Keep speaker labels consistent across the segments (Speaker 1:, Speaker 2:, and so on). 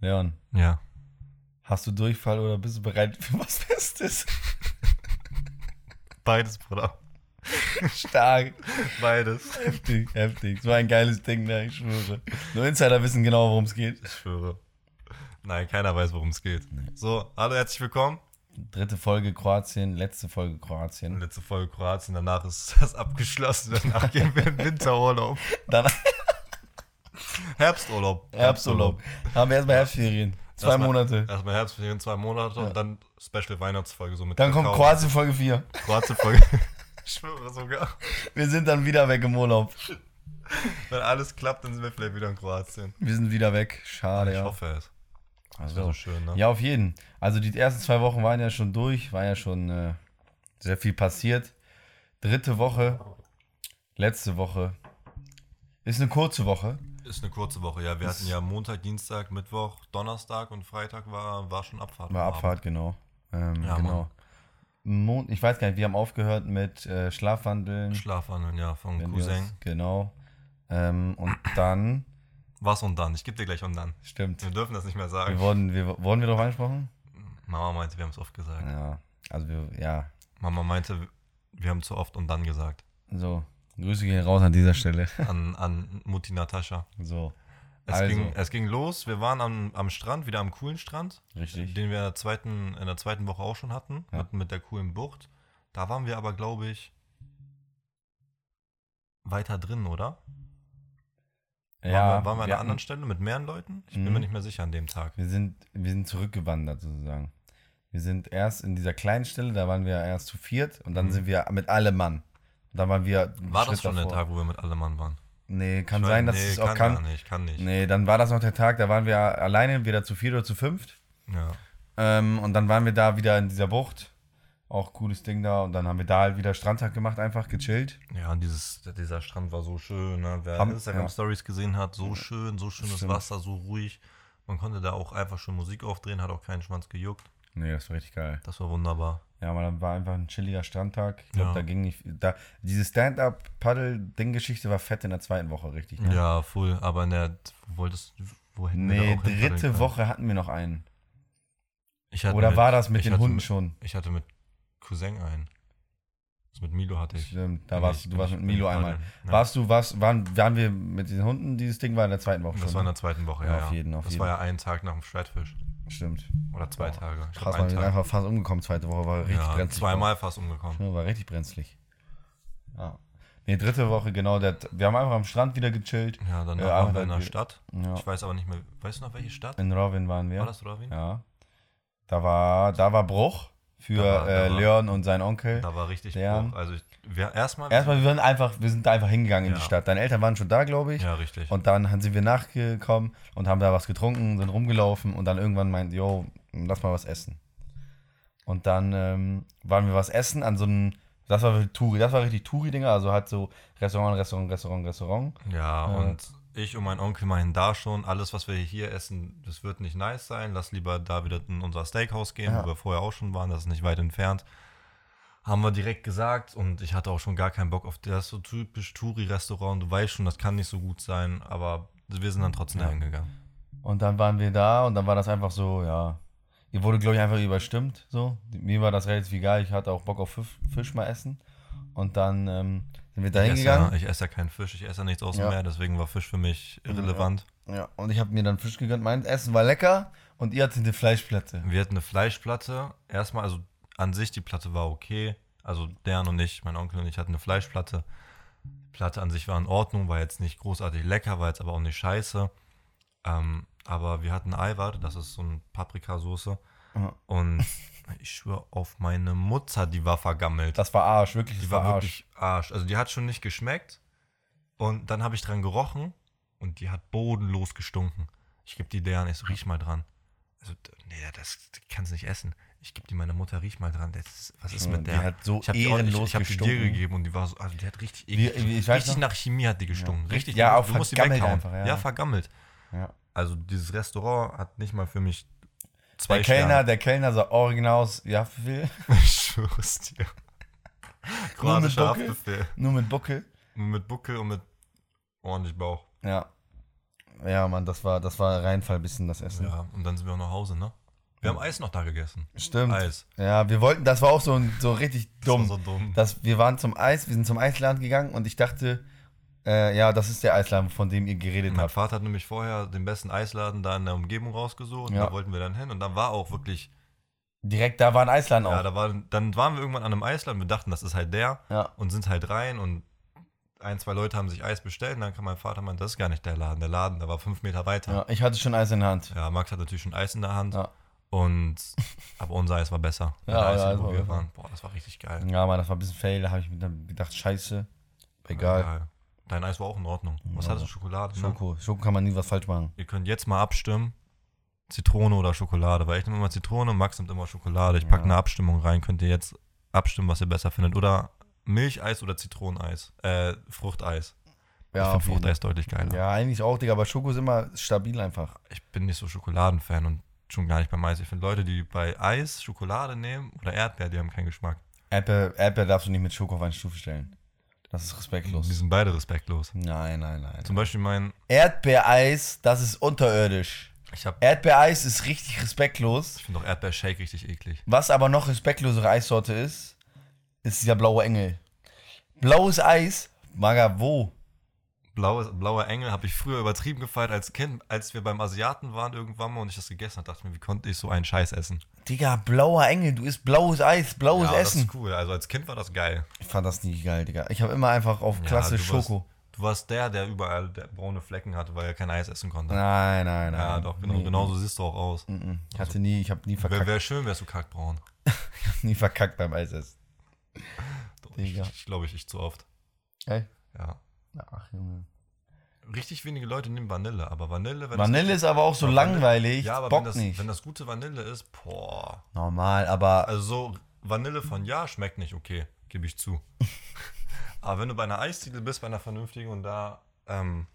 Speaker 1: Leon,
Speaker 2: Ja.
Speaker 1: hast du Durchfall oder bist du bereit für was Festes?
Speaker 2: Beides, Bruder.
Speaker 1: Stark,
Speaker 2: Beides.
Speaker 1: heftig, heftig. So ein geiles Ding, ne? ich schwöre. Nur Insider wissen genau, worum es geht.
Speaker 2: Ich schwöre. Nein, keiner weiß, worum es geht. So, hallo, herzlich willkommen.
Speaker 1: Dritte Folge Kroatien, letzte Folge Kroatien.
Speaker 2: Letzte Folge Kroatien, danach ist das abgeschlossen. Danach gehen wir in Winterurlaub.
Speaker 1: Dann
Speaker 2: Herbsturlaub.
Speaker 1: Herbsturlaub. Haben wir erstmal Herbstferien. Zwei
Speaker 2: Erstmal-
Speaker 1: Monate.
Speaker 2: Erstmal Herbstferien, zwei Monate und dann Special Weihnachtsfolge so mit
Speaker 1: Dann kommt
Speaker 2: Kakao.
Speaker 1: Kroatien Folge 4.
Speaker 2: Kroatien-Folge. ich schwöre sogar.
Speaker 1: Wir sind dann wieder weg im Urlaub.
Speaker 2: Wenn alles klappt, dann sind wir vielleicht wieder in Kroatien.
Speaker 1: Wir sind wieder weg. Schade,
Speaker 2: Ich
Speaker 1: ja.
Speaker 2: hoffe es. Das
Speaker 1: Also,
Speaker 2: wäre so schön, ne?
Speaker 1: ja, auf jeden. Also die ersten zwei Wochen waren ja schon durch, war ja schon äh, sehr viel passiert. Dritte Woche, letzte Woche. Ist eine kurze Woche.
Speaker 2: Ist eine kurze Woche, ja. Wir hatten ja Montag, Dienstag, Mittwoch, Donnerstag und Freitag war, war schon Abfahrt.
Speaker 1: War Abfahrt, genau. Ähm,
Speaker 2: Ja,
Speaker 1: genau. Mond, ich weiß gar nicht, wir haben aufgehört mit äh, Schlafwandeln.
Speaker 2: Schlafangeln, ja, von
Speaker 1: wenn wir
Speaker 2: Cousin.
Speaker 1: uns- Genau. Ähm, und dann,
Speaker 2: Was und dann? Ich geb dir gleich und dann.
Speaker 1: stimmt.
Speaker 2: Wir dürfen das nicht mehr
Speaker 1: Wir
Speaker 2: sagen.
Speaker 1: wurden, wir, wurden wir darauf angesprochen?
Speaker 2: Mama meinte, wir haben es oft gesagt.
Speaker 1: Ja. Also wir, ja.
Speaker 2: Mama meinte, wir haben zu oft und dann gesagt.
Speaker 1: So. Grüße gehen raus an dieser Stelle.
Speaker 2: An, an Mutti Natascha.
Speaker 1: So.
Speaker 2: Es,
Speaker 1: Also.
Speaker 2: ging, es ging los, wir waren am, am Strand, wieder am coolen Strand,
Speaker 1: Richtig.
Speaker 2: den wir in der zweiten, in der zweiten Woche auch schon hatten,
Speaker 1: Ja.
Speaker 2: mit, mit der coolen Bucht. Da waren wir aber, glaube ich, weiter drin, oder? waren wir, waren wir an einer anderen
Speaker 1: hatten-
Speaker 2: Stelle mit mehreren Leuten? Ich bin
Speaker 1: Mhm.
Speaker 2: mir nicht mehr sicher an dem Tag.
Speaker 1: Wir sind, wir sind zurückgewandert sozusagen. Wir sind erst in dieser kleinen Stelle, da waren wir ja erst zu viert und dann sind wir mit allem Mann. Und dann waren wir. einen
Speaker 2: Mhm. War das
Speaker 1: Schritt
Speaker 2: schon der
Speaker 1: davor.
Speaker 2: Tag, wo wir mit allem Mann waren?
Speaker 1: Nee, kann
Speaker 2: Ich weiß-
Speaker 1: sein, dass
Speaker 2: nee,
Speaker 1: es auch
Speaker 2: kann.
Speaker 1: kann.
Speaker 2: Gar nicht, kann nicht.
Speaker 1: Nee, dann war das noch der Tag, da waren wir alleine, entweder zu viert oder zu fünft.
Speaker 2: Ja.
Speaker 1: Ähm, und dann waren wir da wieder in dieser Bucht. Auch cooles Ding da. Und dann haben wir da halt wieder Strandtag gemacht, einfach gechillt.
Speaker 2: Ja, und dieses, dieser Strand war so schön. Ne? Wer
Speaker 1: Am- ja.
Speaker 2: Instagram-Stories gesehen hat, so schön, so schönes
Speaker 1: Stimmt.
Speaker 2: Wasser, so ruhig. Man konnte da auch einfach schon Musik aufdrehen, hat auch keinen Schwanz gejuckt.
Speaker 1: Nee, das war richtig geil.
Speaker 2: Das war wunderbar.
Speaker 1: Ja, aber dann war einfach ein chilliger Strandtag. Ich glaube,
Speaker 2: Ja.
Speaker 1: da ging nicht. Da, diese Stand-up-Paddle-Ding-Geschichte war fett in der zweiten Woche, richtig.
Speaker 2: Ja,
Speaker 1: Ne?
Speaker 2: voll, aber in der, wo wolltest wo hätten wir
Speaker 1: Nee,
Speaker 2: da auch hinpaddeln
Speaker 1: dritte
Speaker 2: können?
Speaker 1: Woche hatten wir noch einen.
Speaker 2: Ich hatte
Speaker 1: Oder
Speaker 2: mit-
Speaker 1: war das
Speaker 2: ich
Speaker 1: mit den
Speaker 2: hatte
Speaker 1: Hunden
Speaker 2: mit,
Speaker 1: schon?
Speaker 2: Ich hatte mit Cousin einen. Das mit Milo hatte ich.
Speaker 1: Stimmt, da
Speaker 2: Bin
Speaker 1: warst
Speaker 2: ich-
Speaker 1: du, warst
Speaker 2: bin
Speaker 1: mit
Speaker 2: ich-
Speaker 1: Milo
Speaker 2: bin ich
Speaker 1: einmal.
Speaker 2: paddeln, ja.
Speaker 1: Warst du, warst, waren, waren wir mit den Hunden? Dieses Ding war in der zweiten Woche
Speaker 2: Das war
Speaker 1: schon.
Speaker 2: in
Speaker 1: ne?
Speaker 2: der zweiten Woche,
Speaker 1: Ja,
Speaker 2: ja.
Speaker 1: auf
Speaker 2: ja.
Speaker 1: jeden, auf
Speaker 2: das
Speaker 1: jeden.
Speaker 2: war ja ein Tag nach dem Streitfisch.
Speaker 1: Stimmt.
Speaker 2: Oder zwei
Speaker 1: Boah,
Speaker 2: Tage. Ich glaub,
Speaker 1: Krass,
Speaker 2: einen
Speaker 1: man, wir sind
Speaker 2: Tag.
Speaker 1: einfach fast umgekommen. Zweite Woche war richtig
Speaker 2: Ja,
Speaker 1: brenzlig.
Speaker 2: zweimal fast umgekommen.
Speaker 1: Ja, War richtig brenzlig. Ja. Nee, dritte Woche, genau. Der, wir haben einfach am Strand wieder gechillt.
Speaker 2: Ja, dann
Speaker 1: Ja,
Speaker 2: waren
Speaker 1: aber
Speaker 2: wir in der
Speaker 1: wir-
Speaker 2: Stadt.
Speaker 1: Ja.
Speaker 2: Ich weiß aber nicht mehr. Weißt du noch, welche Stadt?
Speaker 1: In Robin waren wir.
Speaker 2: War das Robin?
Speaker 1: Ja. Da war, da war Bruch für
Speaker 2: Da war- da
Speaker 1: äh,
Speaker 2: war-
Speaker 1: Leon und sein Onkel.
Speaker 2: Da war richtig
Speaker 1: Der-
Speaker 2: hoch. Also ich, wir, erstmal.
Speaker 1: Erstmal, wir, waren einfach, wir sind da einfach hingegangen in
Speaker 2: Ja.
Speaker 1: die Stadt. Deine Eltern waren schon da, glaube ich.
Speaker 2: ja, richtig.
Speaker 1: Und dann sind wir nachgekommen und haben da was getrunken, sind rumgelaufen und dann irgendwann meint, yo, lass mal was essen. Und dann ähm, waren wir was essen an so einem, das war Touri, das war richtig Touri-Dinger, also halt so Restaurant, Restaurant, Restaurant, Restaurant.
Speaker 2: ja,
Speaker 1: äh,
Speaker 2: und ich und mein Onkel meinen da schon, alles, was wir hier essen, das wird nicht nice sein. Lass lieber da wieder in unser Steakhouse gehen,
Speaker 1: Ja.
Speaker 2: wo wir vorher auch schon waren, das ist nicht weit entfernt. Haben wir direkt gesagt und ich hatte auch schon gar keinen Bock auf das ist so typisch Touri-Restaurant. Du weißt schon, das kann nicht so gut sein, aber wir sind dann trotzdem
Speaker 1: Ja.
Speaker 2: hingegangen.
Speaker 1: Und dann waren wir da und dann war das einfach so, ja, ihr wurde, glaube ich, einfach überstimmt, so. Mir war das relativ egal, ich hatte auch Bock auf Fisch, Fisch mal essen. Und dann ähm, sind wir da
Speaker 2: Ich esse, ja,
Speaker 1: hingegangen.
Speaker 2: ich esse ja keinen Fisch, ich esse ja nichts aus
Speaker 1: Ja. Mhm,
Speaker 2: dem Meer, deswegen war Fisch für mich irrelevant.
Speaker 1: Ja, und ich habe mir dann Fisch gegönnt, mein Essen war lecker und ihr hattet eine Fleischplatte.
Speaker 2: Wir hatten eine Fleischplatte. Erstmal, also an sich, die Platte war okay. Also Dern und ich, mein Onkel und ich hatten eine Fleischplatte. Die Platte an sich war in Ordnung, war jetzt nicht großartig lecker, war jetzt aber auch nicht scheiße. Ähm, aber wir hatten Eiwart, das ist so eine Paprikasoße.
Speaker 1: Ja.
Speaker 2: Und ich schwöre auf meine Mutter, die war vergammelt.
Speaker 1: Das war Arsch, wirklich, das
Speaker 2: Die
Speaker 1: war
Speaker 2: war
Speaker 1: Arsch.
Speaker 2: wirklich Arsch. Also die hat schon nicht geschmeckt. Und dann habe ich dran gerochen und die hat bodenlos gestunken. Ich gebe die der an, ich so, riech mal dran. Also, d- nee, das kannst du nicht essen. Ich gebe die meiner Mutter, riech mal dran. Das, ist- was ist
Speaker 1: Ja,
Speaker 2: mit
Speaker 1: Mhm. die
Speaker 2: der?
Speaker 1: hat so
Speaker 2: ich habe die, auch nicht-
Speaker 1: ehrenlos
Speaker 2: ich hab die dir
Speaker 1: gestunken.
Speaker 2: gegeben und die war so, also die hat richtig
Speaker 1: Wie-
Speaker 2: eklig,
Speaker 1: wie- ich weiß
Speaker 2: richtig
Speaker 1: noch-
Speaker 2: nach Chemie hat die gestunken.
Speaker 1: Ja.
Speaker 2: Richtig,
Speaker 1: Ja,
Speaker 2: du-
Speaker 1: auch
Speaker 2: du musst die
Speaker 1: vergammelt
Speaker 2: weghauen.
Speaker 1: einfach, ja.
Speaker 2: ja, vergammelt.
Speaker 1: Ja.
Speaker 2: Also dieses Restaurant hat nicht mal für mich zwei
Speaker 1: Der Kellner,
Speaker 2: Sterne.
Speaker 1: der Kellner sah original aus, ja, viel,
Speaker 2: ich schwör's dir.
Speaker 1: Nur mit
Speaker 2: Kroatischer
Speaker 1: Buckel?
Speaker 2: Haftbefehl.
Speaker 1: nur mit Buckel.
Speaker 2: Mit Buckel und mit ordentlich Bauch.
Speaker 1: Ja. ja, Mann, das war, das war Reinfall bisschen das Essen.
Speaker 2: Ja, und dann sind wir auch nach Hause, ne? Wir haben Eis noch da gegessen.
Speaker 1: Stimmt.
Speaker 2: Eis.
Speaker 1: Ja, wir wollten, das war auch so, ein- so richtig dumm.
Speaker 2: Das war so dumm.
Speaker 1: dass wir waren zum Eis, wir sind zum Eisladen gegangen und ich dachte, äh, ja, das ist der Eisladen, von dem ihr geredet
Speaker 2: Mein
Speaker 1: habt.
Speaker 2: Vater hat nämlich vorher den besten Eisladen da in der Umgebung rausgesucht.
Speaker 1: Ja.
Speaker 2: Da wollten wir dann hin. Und dann war auch wirklich,
Speaker 1: Direkt da war ein Eisladen
Speaker 2: ja,
Speaker 1: auch.
Speaker 2: da war, dann waren wir irgendwann an einem Eisladen. Wir dachten, das ist halt der.
Speaker 1: Ja.
Speaker 2: Und sind halt rein und ein, zwei Leute haben sich Eis bestellt. Und dann kam mein Vater und meinte, das ist gar nicht der Laden. Der Laden, der war fünf Meter weiter.
Speaker 1: ja, ich hatte schon Eis in der Hand.
Speaker 2: Ja, Max hat natürlich schon Eis in der Hand.
Speaker 1: Ja.
Speaker 2: Und, aber unser Eis war besser.
Speaker 1: Ja,
Speaker 2: Der
Speaker 1: euer
Speaker 2: Eis,
Speaker 1: Eis
Speaker 2: wo
Speaker 1: war
Speaker 2: wir
Speaker 1: besser.
Speaker 2: waren. Boah, das war richtig geil.
Speaker 1: Ja, Mann, das war ein bisschen fail, da habe ich mir dann gedacht, scheiße, egal.
Speaker 2: Egal. Dein Eis war auch in Ordnung. Was
Speaker 1: Ja.
Speaker 2: hattest du? Schokolade? Ne?
Speaker 1: Schoko, Schoko kann man nie was falsch machen.
Speaker 2: Ihr könnt jetzt mal abstimmen. Zitrone oder Schokolade. Weil ich nehme immer Zitrone, Max nimmt immer Schokolade. Ich packe
Speaker 1: Ja.
Speaker 2: eine Abstimmung rein. Könnt ihr jetzt abstimmen, was ihr besser findet. Oder Milcheis oder Zitroneneis. Äh, Fruchteis.
Speaker 1: Ja,
Speaker 2: ich
Speaker 1: auf
Speaker 2: finde
Speaker 1: jeden.
Speaker 2: Fruchteis deutlich geiler.
Speaker 1: ja, eigentlich auch, Digga, aber Schoko ist immer stabil einfach.
Speaker 2: Ich bin nicht so Schokoladenfan und schon gar nicht beim Eis. Ich finde Leute, die bei Eis Schokolade nehmen oder Erdbeer, die haben keinen Geschmack.
Speaker 1: Apple, Apple darfst du nicht mit Schoko auf eine Stufe stellen. Das ist
Speaker 2: Die
Speaker 1: respektlos.
Speaker 2: sind beide respektlos.
Speaker 1: Nein, nein, nein.
Speaker 2: Zum Beispiel mein,
Speaker 1: Erdbeereis, das ist unterirdisch.
Speaker 2: ich habe,
Speaker 1: Erdbeereis ist richtig respektlos.
Speaker 2: ich finde auch Erdbeershake richtig eklig.
Speaker 1: Was aber noch respektlosere Eissorte ist, ist dieser blaue Engel. Blaues Eis, Maga, wo?
Speaker 2: Blaues, blauer Engel habe ich früher übertrieben gefeiert als Kind, als wir beim Asiaten waren irgendwann mal und ich das gegessen habe, dachte ich mir, wie konnte ich so einen Scheiß essen?
Speaker 1: Digga, blauer Engel, du isst blaues Eis, blaues
Speaker 2: aber
Speaker 1: Essen.
Speaker 2: Das ist cool. Also als Kind war das geil.
Speaker 1: Ich fand das nie geil, Digga. Ich habe immer einfach auf klassisch
Speaker 2: du warst-
Speaker 1: Schoko.
Speaker 2: Du warst der, der überall der braune Flecken hatte, weil er kein Eis essen konnte.
Speaker 1: Nein, nein, nein.
Speaker 2: ja, doch, genau.
Speaker 1: Nee.
Speaker 2: Genauso siehst du auch aus.
Speaker 1: Mhm. Ich hatte nie, ich habe nie
Speaker 2: Wäre
Speaker 1: verkackt,
Speaker 2: wär schön, wärst du kackbraun.
Speaker 1: nie verkackt beim Eisessen.
Speaker 2: Doch, Ich,
Speaker 1: Digga.
Speaker 2: ich glaube, ich, ich zu oft.
Speaker 1: Ey?
Speaker 2: Ja.
Speaker 1: Ach, Junge.
Speaker 2: Richtig wenige Leute nehmen Vanille, aber Vanille, wenn
Speaker 1: Vanille ist aber auch so
Speaker 2: Ja, Vanille-
Speaker 1: langweilig.
Speaker 2: das, ja, aber
Speaker 1: Bock
Speaker 2: wenn das,
Speaker 1: nicht.
Speaker 2: wenn das gute Vanille ist, boah.
Speaker 1: Normal, aber
Speaker 2: Also so Vanille von ja schmeckt nicht okay, gebe ich zu. Aber wenn du bei einer Eisdiele bist, bei einer vernünftigen und da ähm,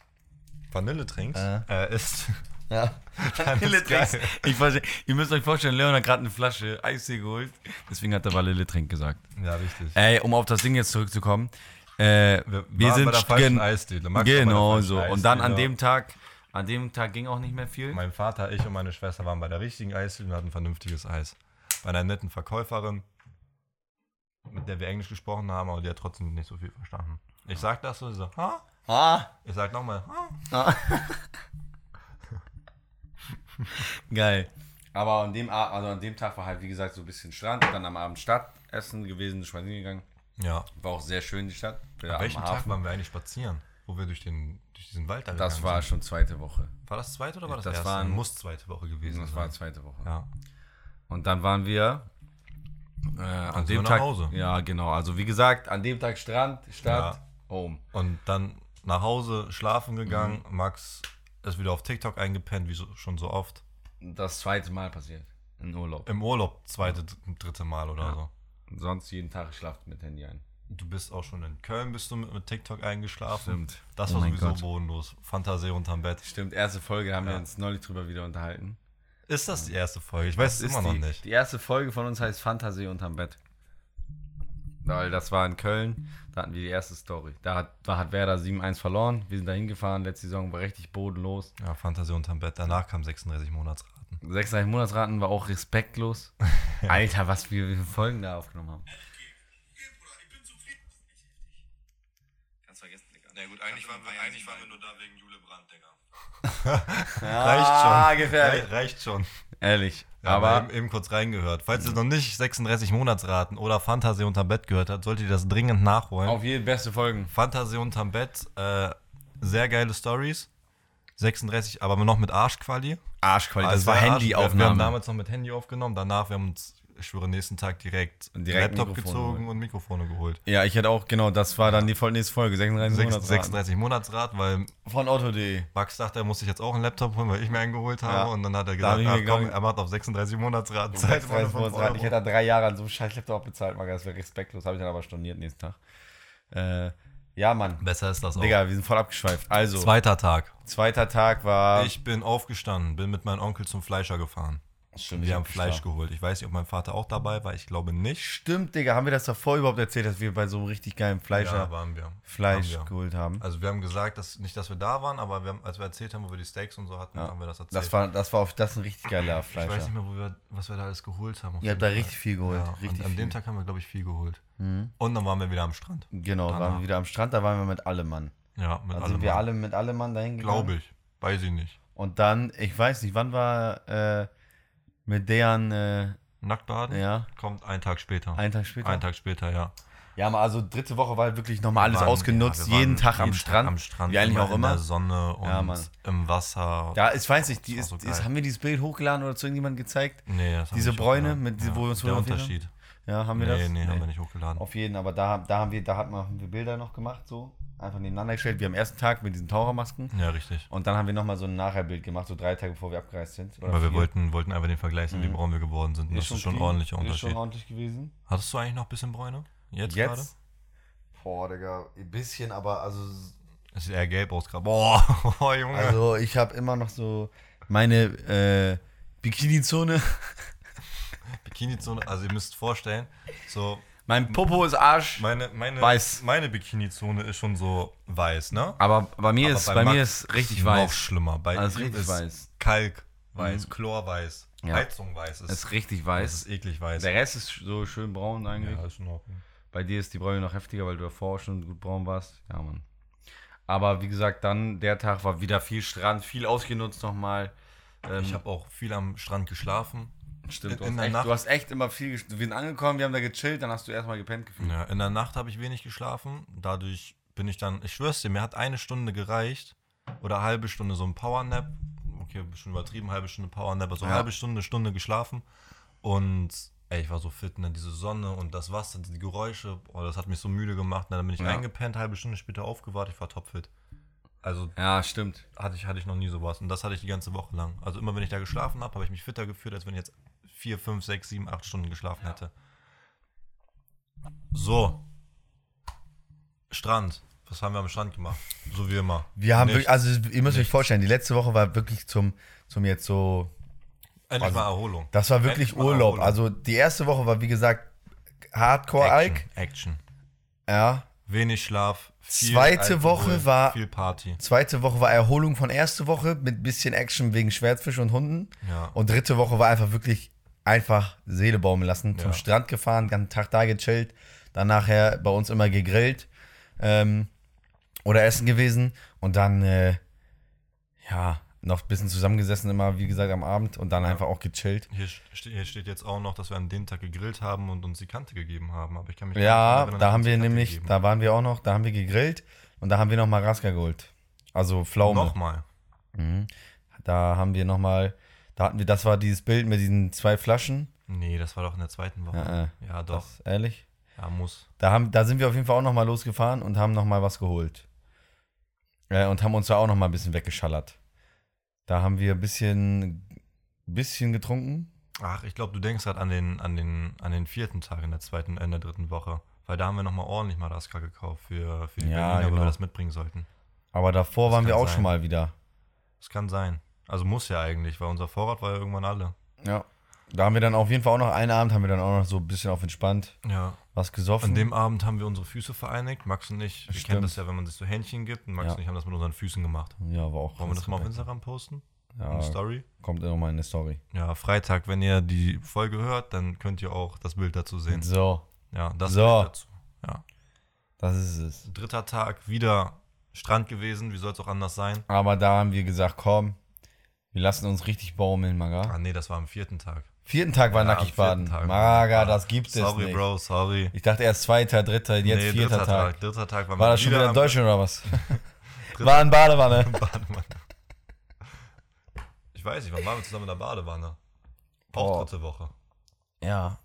Speaker 2: Vanille trinkst,
Speaker 1: Äh.
Speaker 2: äh, isst,
Speaker 1: ja.
Speaker 2: dann ist
Speaker 3: Vanille-Trinks.
Speaker 2: geil.
Speaker 3: Ich verstehe. Ihr müsst euch vorstellen, Leon hat gerade eine Flasche Eistee geholt. Deswegen hat er Vanille-Trink gesagt.
Speaker 2: Ja, richtig.
Speaker 3: Ey, um auf das Ding jetzt zurückzukommen. Äh, wir,
Speaker 2: waren
Speaker 3: sind
Speaker 2: bei der falschen
Speaker 3: gen-
Speaker 2: Eisdiele. Max war bei der
Speaker 3: Genau
Speaker 2: falschen
Speaker 3: so. Und dann an
Speaker 2: Eisdiele.
Speaker 3: dem Tag, an dem Tag ging auch nicht mehr viel.
Speaker 2: Mein Vater, ich und meine Schwester waren bei der richtigen Eisdiele und hatten vernünftiges Eis. Bei einer netten Verkäuferin, mit der wir Englisch gesprochen haben, aber die hat trotzdem nicht so viel verstanden. Ich sag das so, sie so, ha?
Speaker 3: Ah,
Speaker 2: Ich sag nochmal, ha?
Speaker 3: geil. Aber an dem, A- also an dem Tag war halt, wie gesagt, so ein bisschen Strand und dann am Abend Stadtessen gewesen, spazieren gegangen.
Speaker 2: Ja.
Speaker 3: War auch sehr schön, die Stadt. Ja,
Speaker 2: An welchem
Speaker 3: am
Speaker 2: Tag
Speaker 3: Hafen.
Speaker 2: waren wir eigentlich spazieren? Wo wir durch, den, durch diesen Wald da
Speaker 3: Das
Speaker 2: gegangen
Speaker 3: war
Speaker 2: sind?
Speaker 3: schon zweite Woche.
Speaker 2: War das zweite oder war das,
Speaker 3: Das
Speaker 2: erste?
Speaker 3: waren-
Speaker 2: muss zweite Woche gewesen
Speaker 3: Das war zweite Woche.
Speaker 2: Ja.
Speaker 3: Und dann waren wir äh, an
Speaker 2: sind wir
Speaker 3: dem
Speaker 2: nach
Speaker 3: Tag.
Speaker 2: Hause.
Speaker 3: Ja, genau. Also wie gesagt, an dem Tag Strand, Stadt, Home.
Speaker 2: Und dann nach Hause schlafen gegangen.
Speaker 3: Mhm.
Speaker 2: Max ist wieder auf TikTok eingepennt, wie so, schon so oft.
Speaker 3: Das zweite Mal passiert. In Urlaub.
Speaker 2: Im Urlaub zweite, dr- dritte Mal oder so.
Speaker 3: Sonst jeden Tag ich schlafe mit Handy ein.
Speaker 2: Du bist auch schon in Köln, bist du mit, mit TikTok eingeschlafen.
Speaker 3: Stimmt.
Speaker 2: Das
Speaker 3: Oh
Speaker 2: war
Speaker 3: mein
Speaker 2: sowieso
Speaker 3: Gott.
Speaker 2: bodenlos. Fantasie unterm Bett.
Speaker 3: Stimmt, erste Folge haben wir
Speaker 2: Ja.
Speaker 3: uns neulich drüber wieder unterhalten.
Speaker 2: Ist das die erste Folge? Ich weiß es immer
Speaker 3: ist
Speaker 2: noch
Speaker 3: die,
Speaker 2: nicht.
Speaker 3: Die erste Folge von uns heißt Fantasie unterm Bett. Weil das war in Köln, da hatten wir die erste Story. Da hat, da hat Werder 7-1 verloren. Wir sind da hingefahren. Letzte Saison war richtig bodenlos.
Speaker 2: Ja, Fantasie unterm Bett. Danach kam 36 Monatsraten.
Speaker 3: 36 Monatsraten war auch respektlos. Alter, was wir wir für Folgen da aufgenommen haben.
Speaker 2: Na gut, eigentlich waren, wir, eigentlich waren wir nur da wegen Jule Brandt, Digga.
Speaker 3: Ah,
Speaker 2: Reicht schon.
Speaker 3: gefährlich.
Speaker 2: Re- Reicht schon.
Speaker 3: Ehrlich.
Speaker 2: Ja, aber eben, eben kurz reingehört. Falls ihr noch nicht 36 Monatsraten oder Fantasie unterm Bett gehört habt, solltet ihr das dringend nachholen.
Speaker 3: auf jeden beste Folgen.
Speaker 2: Fantasie unterm Bett, äh, sehr geile Stories. 36, aber noch mit Arschquali.
Speaker 3: Arschqualität.
Speaker 2: Also
Speaker 3: Das war
Speaker 2: sehr Arsch- Wir haben
Speaker 3: Handyaufnahme.
Speaker 2: damals noch mit Handy aufgenommen. Danach, wir haben uns, ich schwöre, nächsten Tag direkt,
Speaker 3: Direkt
Speaker 2: Laptop
Speaker 3: Mikrofone
Speaker 2: gezogen
Speaker 3: geholt.
Speaker 2: und Mikrofone geholt.
Speaker 3: Ja, ich hätte auch, genau, das war dann die voll- nächste Folge. 36
Speaker 2: Sechs-
Speaker 3: Monatsraten.
Speaker 2: 36 Monatsrat, weil
Speaker 1: Von Otto.de.
Speaker 2: Max dachte, er muss sich jetzt auch einen Laptop holen, weil ich mir einen geholt habe.
Speaker 1: Ja.
Speaker 2: Und dann hat er
Speaker 3: hab
Speaker 2: gesagt,
Speaker 3: ich mir
Speaker 2: ach, komm,
Speaker 3: gedacht-
Speaker 2: er macht auf 36 Monatsraten. Zeit, meine fünf
Speaker 1: Monatsraten.
Speaker 2: Euro.
Speaker 1: Ich hätte da drei Jahre an so einem scheiß Laptop bezahlt, Mann. Das wäre respektlos. Habe ich dann aber storniert nächsten Tag. Äh, ja, Mann.
Speaker 2: Besser ist das auch.
Speaker 1: Digga, wir sind voll abgeschweift. Also,
Speaker 2: Zweiter Tag.
Speaker 1: zweiter Tag war.
Speaker 2: Ich bin aufgestanden, bin mit meinem Onkel zum Fleischer gefahren.
Speaker 1: Stimmt, ich
Speaker 2: Wir haben
Speaker 1: hab
Speaker 2: Fleisch
Speaker 1: geschlafen.
Speaker 2: geholt. Ich weiß nicht, ob mein Vater auch dabei war. Ich glaube nicht.
Speaker 1: Stimmt, Digga, haben wir das davor überhaupt erzählt, dass wir bei so einem richtig geilen Fleischer
Speaker 2: Ja, waren wir.
Speaker 1: Fleisch
Speaker 2: Haben wir.
Speaker 1: geholt haben?
Speaker 2: Also wir haben gesagt, dass nicht, dass wir da waren, aber wir haben, als wir erzählt haben, wo wir die Steaks und so hatten, haben wir das erzählt.
Speaker 1: Das war, das war auf das ein richtig geiler
Speaker 2: ich weiß
Speaker 1: Fleischer.
Speaker 2: nicht mehr, wo wir, was wir da alles geholt haben. auf
Speaker 1: Ihr habt
Speaker 2: jeden
Speaker 1: da
Speaker 2: Fall.
Speaker 1: richtig viel geholt.
Speaker 2: Ja,
Speaker 1: richtig
Speaker 2: und an
Speaker 1: viel. Mhm.
Speaker 2: dem Tag haben wir, glaube ich, viel geholt. Und dann waren wir wieder am Strand.
Speaker 1: Genau, waren
Speaker 2: Danach.
Speaker 1: wir wieder am Strand, da waren wir mit allem Mann.
Speaker 2: Ja, mit
Speaker 1: Da
Speaker 2: allem.
Speaker 1: sind wir alle mit allem Mann dahin gegangen.
Speaker 2: Glaube ich. Weiß ich nicht.
Speaker 1: Und dann, ich weiß nicht, wann war äh, mit deren, äh,
Speaker 2: Nacktbaden
Speaker 1: ja,
Speaker 2: kommt einen Tag später.
Speaker 1: einen Tag später.
Speaker 2: Einen Tag später, ja.
Speaker 1: Ja, aber also dritte Woche war halt wirklich nochmal alles
Speaker 2: waren-
Speaker 1: ausgenutzt,
Speaker 2: ja, wir
Speaker 1: jeden
Speaker 2: waren
Speaker 1: Tag am,
Speaker 2: am
Speaker 1: Strand.
Speaker 2: Am Strand.
Speaker 1: Wie eigentlich auch
Speaker 2: In
Speaker 1: immer.
Speaker 2: der Sonne und
Speaker 1: Ja, Mann.
Speaker 2: im Wasser.
Speaker 1: Ja, ich weiß nicht, die
Speaker 2: Das
Speaker 1: ist,
Speaker 2: war so
Speaker 1: ist,
Speaker 2: geil.
Speaker 1: haben wir dieses Bild hochgeladen oder zu irgendjemandem gezeigt?
Speaker 2: Nee, das haben
Speaker 1: Diese
Speaker 2: wir nicht
Speaker 1: Bräune,
Speaker 2: hochgeladen.
Speaker 1: mit- wo wir uns
Speaker 2: Der
Speaker 1: fotografiert haben?
Speaker 2: Unterschied.
Speaker 1: Ja, haben
Speaker 2: Nee,
Speaker 1: wir das?
Speaker 2: nee, haben wir nicht hochgeladen.
Speaker 1: Auf jeden, aber da, da haben wir, da hat man, haben wir Bilder noch gemacht, so einfach nebeneinander gestellt. Wir am ersten Tag mit diesen Tauchermasken
Speaker 2: Ja, richtig.
Speaker 1: und dann haben wir nochmal so ein Nachherbild gemacht, so drei Tage bevor wir abgereist sind. Oder
Speaker 2: Weil wir
Speaker 1: vier.
Speaker 2: wollten, wollten einfach den Vergleich sehen, wie braun wir geworden sind. Und das ist schon ein
Speaker 1: clean,
Speaker 2: ordentlicher
Speaker 1: Ist schon
Speaker 2: Unterschied.
Speaker 1: ordentlich gewesen.
Speaker 2: Hattest du eigentlich noch ein bisschen Bräune? Jetzt, gerade?
Speaker 1: Jetzt? Boah, Digga, ein bisschen, aber also,
Speaker 2: Es sieht eher gelb aus gerade. Boah, oh, Junge.
Speaker 1: also ich habe immer noch so meine äh, Bikini-Zone.
Speaker 2: Bikini-Zone, also ihr müsst vorstellen, so
Speaker 1: Mein Popo ist Arsch.
Speaker 2: meine, meine,
Speaker 1: Weiß.
Speaker 2: meine Bikini-Zone ist schon so weiß, ne?
Speaker 3: Aber bei mir
Speaker 2: Aber
Speaker 3: ist, bei mir
Speaker 2: Max
Speaker 3: ist richtig
Speaker 2: Noch
Speaker 3: weiß.
Speaker 2: schlimmer. Bei
Speaker 3: Also
Speaker 2: ihm
Speaker 3: richtig weiß. Mhm.
Speaker 2: Kalk weiß, Chlor weiß,
Speaker 3: Ja.
Speaker 2: Heizung weiß. Es
Speaker 3: Ist richtig
Speaker 2: es
Speaker 3: weiß.
Speaker 2: ist eklig weiß.
Speaker 3: Der Rest ist so schön braun eigentlich.
Speaker 2: Ja, ist in Ordnung.
Speaker 3: Bei dir ist die Bräune noch heftiger, weil du davor schon gut braun warst. Ja, Mann. Aber wie gesagt, dann der Tag war wieder viel Strand, viel ausgenutzt nochmal. Ähm,
Speaker 2: Ich habe auch viel am Strand geschlafen.
Speaker 3: stimmt, du,
Speaker 2: in
Speaker 3: hast
Speaker 2: der
Speaker 3: echt,
Speaker 2: Nacht-
Speaker 3: du hast echt immer viel gesch- Wir sind angekommen, wir haben da gechillt, dann hast du erstmal gepennt gefühlt.
Speaker 2: Ja, in der Nacht habe ich wenig geschlafen. Dadurch bin ich dann, ich schwör's dir, mir hat eine Stunde gereicht. Oder eine halbe Stunde so ein Powernap. Okay, schon übertrieben, halbe Stunde Powernap, also
Speaker 1: Ja.
Speaker 2: halbe Stunde, Stunde geschlafen. Und ey, ich war so fit, ne? Diese Sonne und das Wasser, die Geräusche, boah, das hat mich so müde gemacht. Ne? Dann bin ich
Speaker 3: Ja.
Speaker 2: eingepennt, halbe Stunde später aufgewacht, ich war topfit. Also
Speaker 3: Ja, stimmt.
Speaker 2: hatte ich, hatte ich noch nie sowas. Und das hatte ich die ganze Woche lang. Also immer wenn ich da geschlafen habe, habe ich mich fitter gefühlt, als wenn ich jetzt vier, fünf, sechs, sieben, acht Stunden geschlafen hätte. So. Strand. Was haben wir am Strand gemacht? So wie immer.
Speaker 1: Wir haben
Speaker 2: Nichts.
Speaker 1: wirklich, also ihr müsst euch vorstellen, die letzte Woche war wirklich zum, zum jetzt so,
Speaker 2: Endlich mal Erholung.
Speaker 1: Also, das war wirklich
Speaker 2: Endlich mal
Speaker 1: Urlaub.
Speaker 2: Erholung.
Speaker 1: Also die erste Woche war wie gesagt Hardcore-Alk.
Speaker 2: Action. Action.
Speaker 1: Ja.
Speaker 2: Wenig Schlaf.
Speaker 1: Zweite Woche war-
Speaker 2: Viel Party.
Speaker 1: Zweite Woche war Erholung von erste Woche mit bisschen Action wegen Schwertfisch und Hunden.
Speaker 2: Ja.
Speaker 1: Und dritte Woche war einfach wirklich einfach Seele baumeln lassen. Zum
Speaker 2: Ja.
Speaker 1: Strand gefahren, ganzen Tag da gechillt, dann nachher bei uns immer gegrillt ähm, oder essen gewesen und dann äh, ja noch ein bisschen zusammengesessen immer, wie gesagt, am Abend und dann einfach auch gechillt.
Speaker 2: Hier, ste hier steht jetzt auch noch, dass wir an dem Tag gegrillt haben und uns die Kante gegeben haben. Aber ich kann mich
Speaker 1: Ja,
Speaker 2: nicht erinnern,
Speaker 1: da
Speaker 2: dass
Speaker 1: haben
Speaker 2: uns die
Speaker 1: wir
Speaker 2: Kante
Speaker 1: nämlich,
Speaker 2: gegeben.
Speaker 1: da waren wir auch noch, da haben wir gegrillt und da haben wir noch mal Raska geholt. Also Pflaume.
Speaker 2: Nochmal.
Speaker 1: Mhm. Da haben wir noch mal, da hatten wir, das war dieses Bild mit diesen zwei Flaschen.
Speaker 2: Nee, das war doch in der zweiten Woche.
Speaker 1: Ja, äh,
Speaker 2: ja doch.
Speaker 1: Das, ehrlich?
Speaker 2: Ja, muss.
Speaker 1: Da, haben, da sind wir auf jeden Fall auch nochmal losgefahren und haben nochmal was geholt. Äh, und haben uns da auch nochmal ein bisschen weggeschallert. Da haben wir ein bisschen, bisschen getrunken.
Speaker 2: Ach, ich glaube, du denkst gerade an den, an, den, an den vierten Tag in der zweiten, äh, in der dritten Woche. Weil da haben wir nochmal ordentlich Madaska gekauft für, für die
Speaker 1: Ja,
Speaker 2: Berliner, weil
Speaker 1: genau.
Speaker 2: wir das mitbringen sollten.
Speaker 1: Aber davor
Speaker 2: Das
Speaker 1: waren wir
Speaker 2: kann
Speaker 1: auch
Speaker 2: sein.
Speaker 1: schon mal wieder.
Speaker 2: Das kann sein. Also muss ja eigentlich, weil unser Vorrat war ja irgendwann alle.
Speaker 1: Ja. Da haben wir dann auf jeden Fall auch noch einen Abend, haben wir dann auch noch so ein bisschen auf entspannt
Speaker 2: Ja.
Speaker 1: was gesoffen.
Speaker 2: An dem Abend haben wir unsere Füße vereinigt. Max und ich, wir kennen
Speaker 1: Stimmt.
Speaker 2: das ja, wenn man sich so Händchen gibt. Und Max
Speaker 1: Ja.
Speaker 2: und ich haben das mit unseren Füßen gemacht.
Speaker 1: ja, war auch.
Speaker 2: Wollen wir das mal auf
Speaker 1: ganz
Speaker 2: Instagram posten? Eine
Speaker 1: nett. Ja,
Speaker 2: Story?
Speaker 1: kommt nochmal in eine Story.
Speaker 2: Ja, Freitag, wenn ihr die Folge hört, dann könnt ihr auch das Bild dazu sehen.
Speaker 1: So,
Speaker 2: Ja, das
Speaker 1: Mhm. So.
Speaker 2: Bild dazu. Ja.
Speaker 1: das ist es.
Speaker 2: Dritter Tag, wieder Strand gewesen. Wie soll es auch anders sein?
Speaker 1: Aber da haben wir gesagt, komm, wir lassen uns richtig baumeln, Maga.
Speaker 2: Ah, nee, das war am vierten Tag.
Speaker 1: Vierten Tag war
Speaker 2: Ja, am
Speaker 1: nackig baden.
Speaker 2: vierten Tag.
Speaker 1: Maga,
Speaker 2: Ah,
Speaker 1: das gibt es
Speaker 2: sorry,
Speaker 1: nicht.
Speaker 2: Bro, sorry.
Speaker 1: Ich dachte erst zweiter, dritter, jetzt
Speaker 2: Nee,
Speaker 1: vierter
Speaker 2: dritter
Speaker 1: Tag.
Speaker 2: Dritter Tag waren
Speaker 1: War
Speaker 2: wir
Speaker 1: das schon wieder in
Speaker 2: am
Speaker 1: Deutschland oder was?
Speaker 2: Dritter-
Speaker 1: War in Badewanne.
Speaker 2: Badewanne. Ich weiß nicht, wann waren wir zusammen in der Badewanne? Auch
Speaker 1: Boah.
Speaker 2: dritte Woche.
Speaker 1: Ja,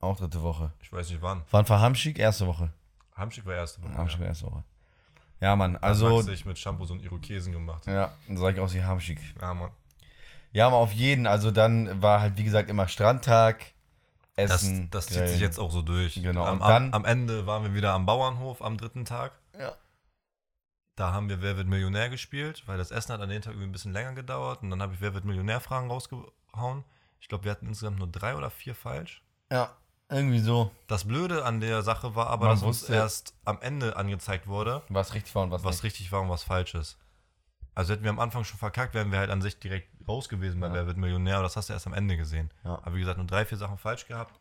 Speaker 1: auch dritte Woche.
Speaker 2: Ich weiß nicht wann.
Speaker 1: Wann war Hamschik? Erste Woche.
Speaker 2: Hamschick war erste Woche.
Speaker 1: Hamschik
Speaker 2: ja.
Speaker 1: war erste Woche. Ja, Mann,
Speaker 2: Also,
Speaker 1: also.
Speaker 2: Max sich mit Shampoos und Irokesen gemacht.
Speaker 1: Ja, dann sag ich auch wie Hamschik.
Speaker 2: Ja, Mann.
Speaker 1: Ja, aber auf jeden. Also dann war halt, wie gesagt, immer Strandtag,
Speaker 2: Das,
Speaker 1: Essen.
Speaker 2: das zieht sich
Speaker 1: Grillen.
Speaker 2: jetzt auch so durch.
Speaker 1: Genau,
Speaker 2: Am,
Speaker 1: und dann-
Speaker 2: am, am Ende waren wir wieder am Bauernhof am dritten Tag.
Speaker 1: Ja.
Speaker 2: Da haben wir Wer wird Millionär gespielt, weil das Essen hat an dem Tag irgendwie ein bisschen länger gedauert. Und dann habe ich Wer wird Millionär Fragen rausgehauen. Ich glaube, wir hatten insgesamt nur drei oder vier falsch.
Speaker 1: Ja, irgendwie so.
Speaker 2: Das Blöde an der Sache war aber,
Speaker 1: Man
Speaker 2: dass uns
Speaker 1: wusste-
Speaker 2: erst am Ende angezeigt wurde,
Speaker 1: Was richtig war und was,
Speaker 2: was
Speaker 1: nicht.
Speaker 2: richtig war und was falsch ist. Also hätten wir am Anfang schon verkackt, wären wir halt an sich direkt raus gewesen bei
Speaker 1: Ja.
Speaker 2: Wer wird Millionär. Aber das hast du erst am Ende gesehen.
Speaker 1: Ja.
Speaker 2: Aber wie gesagt, nur drei, vier Sachen falsch gehabt.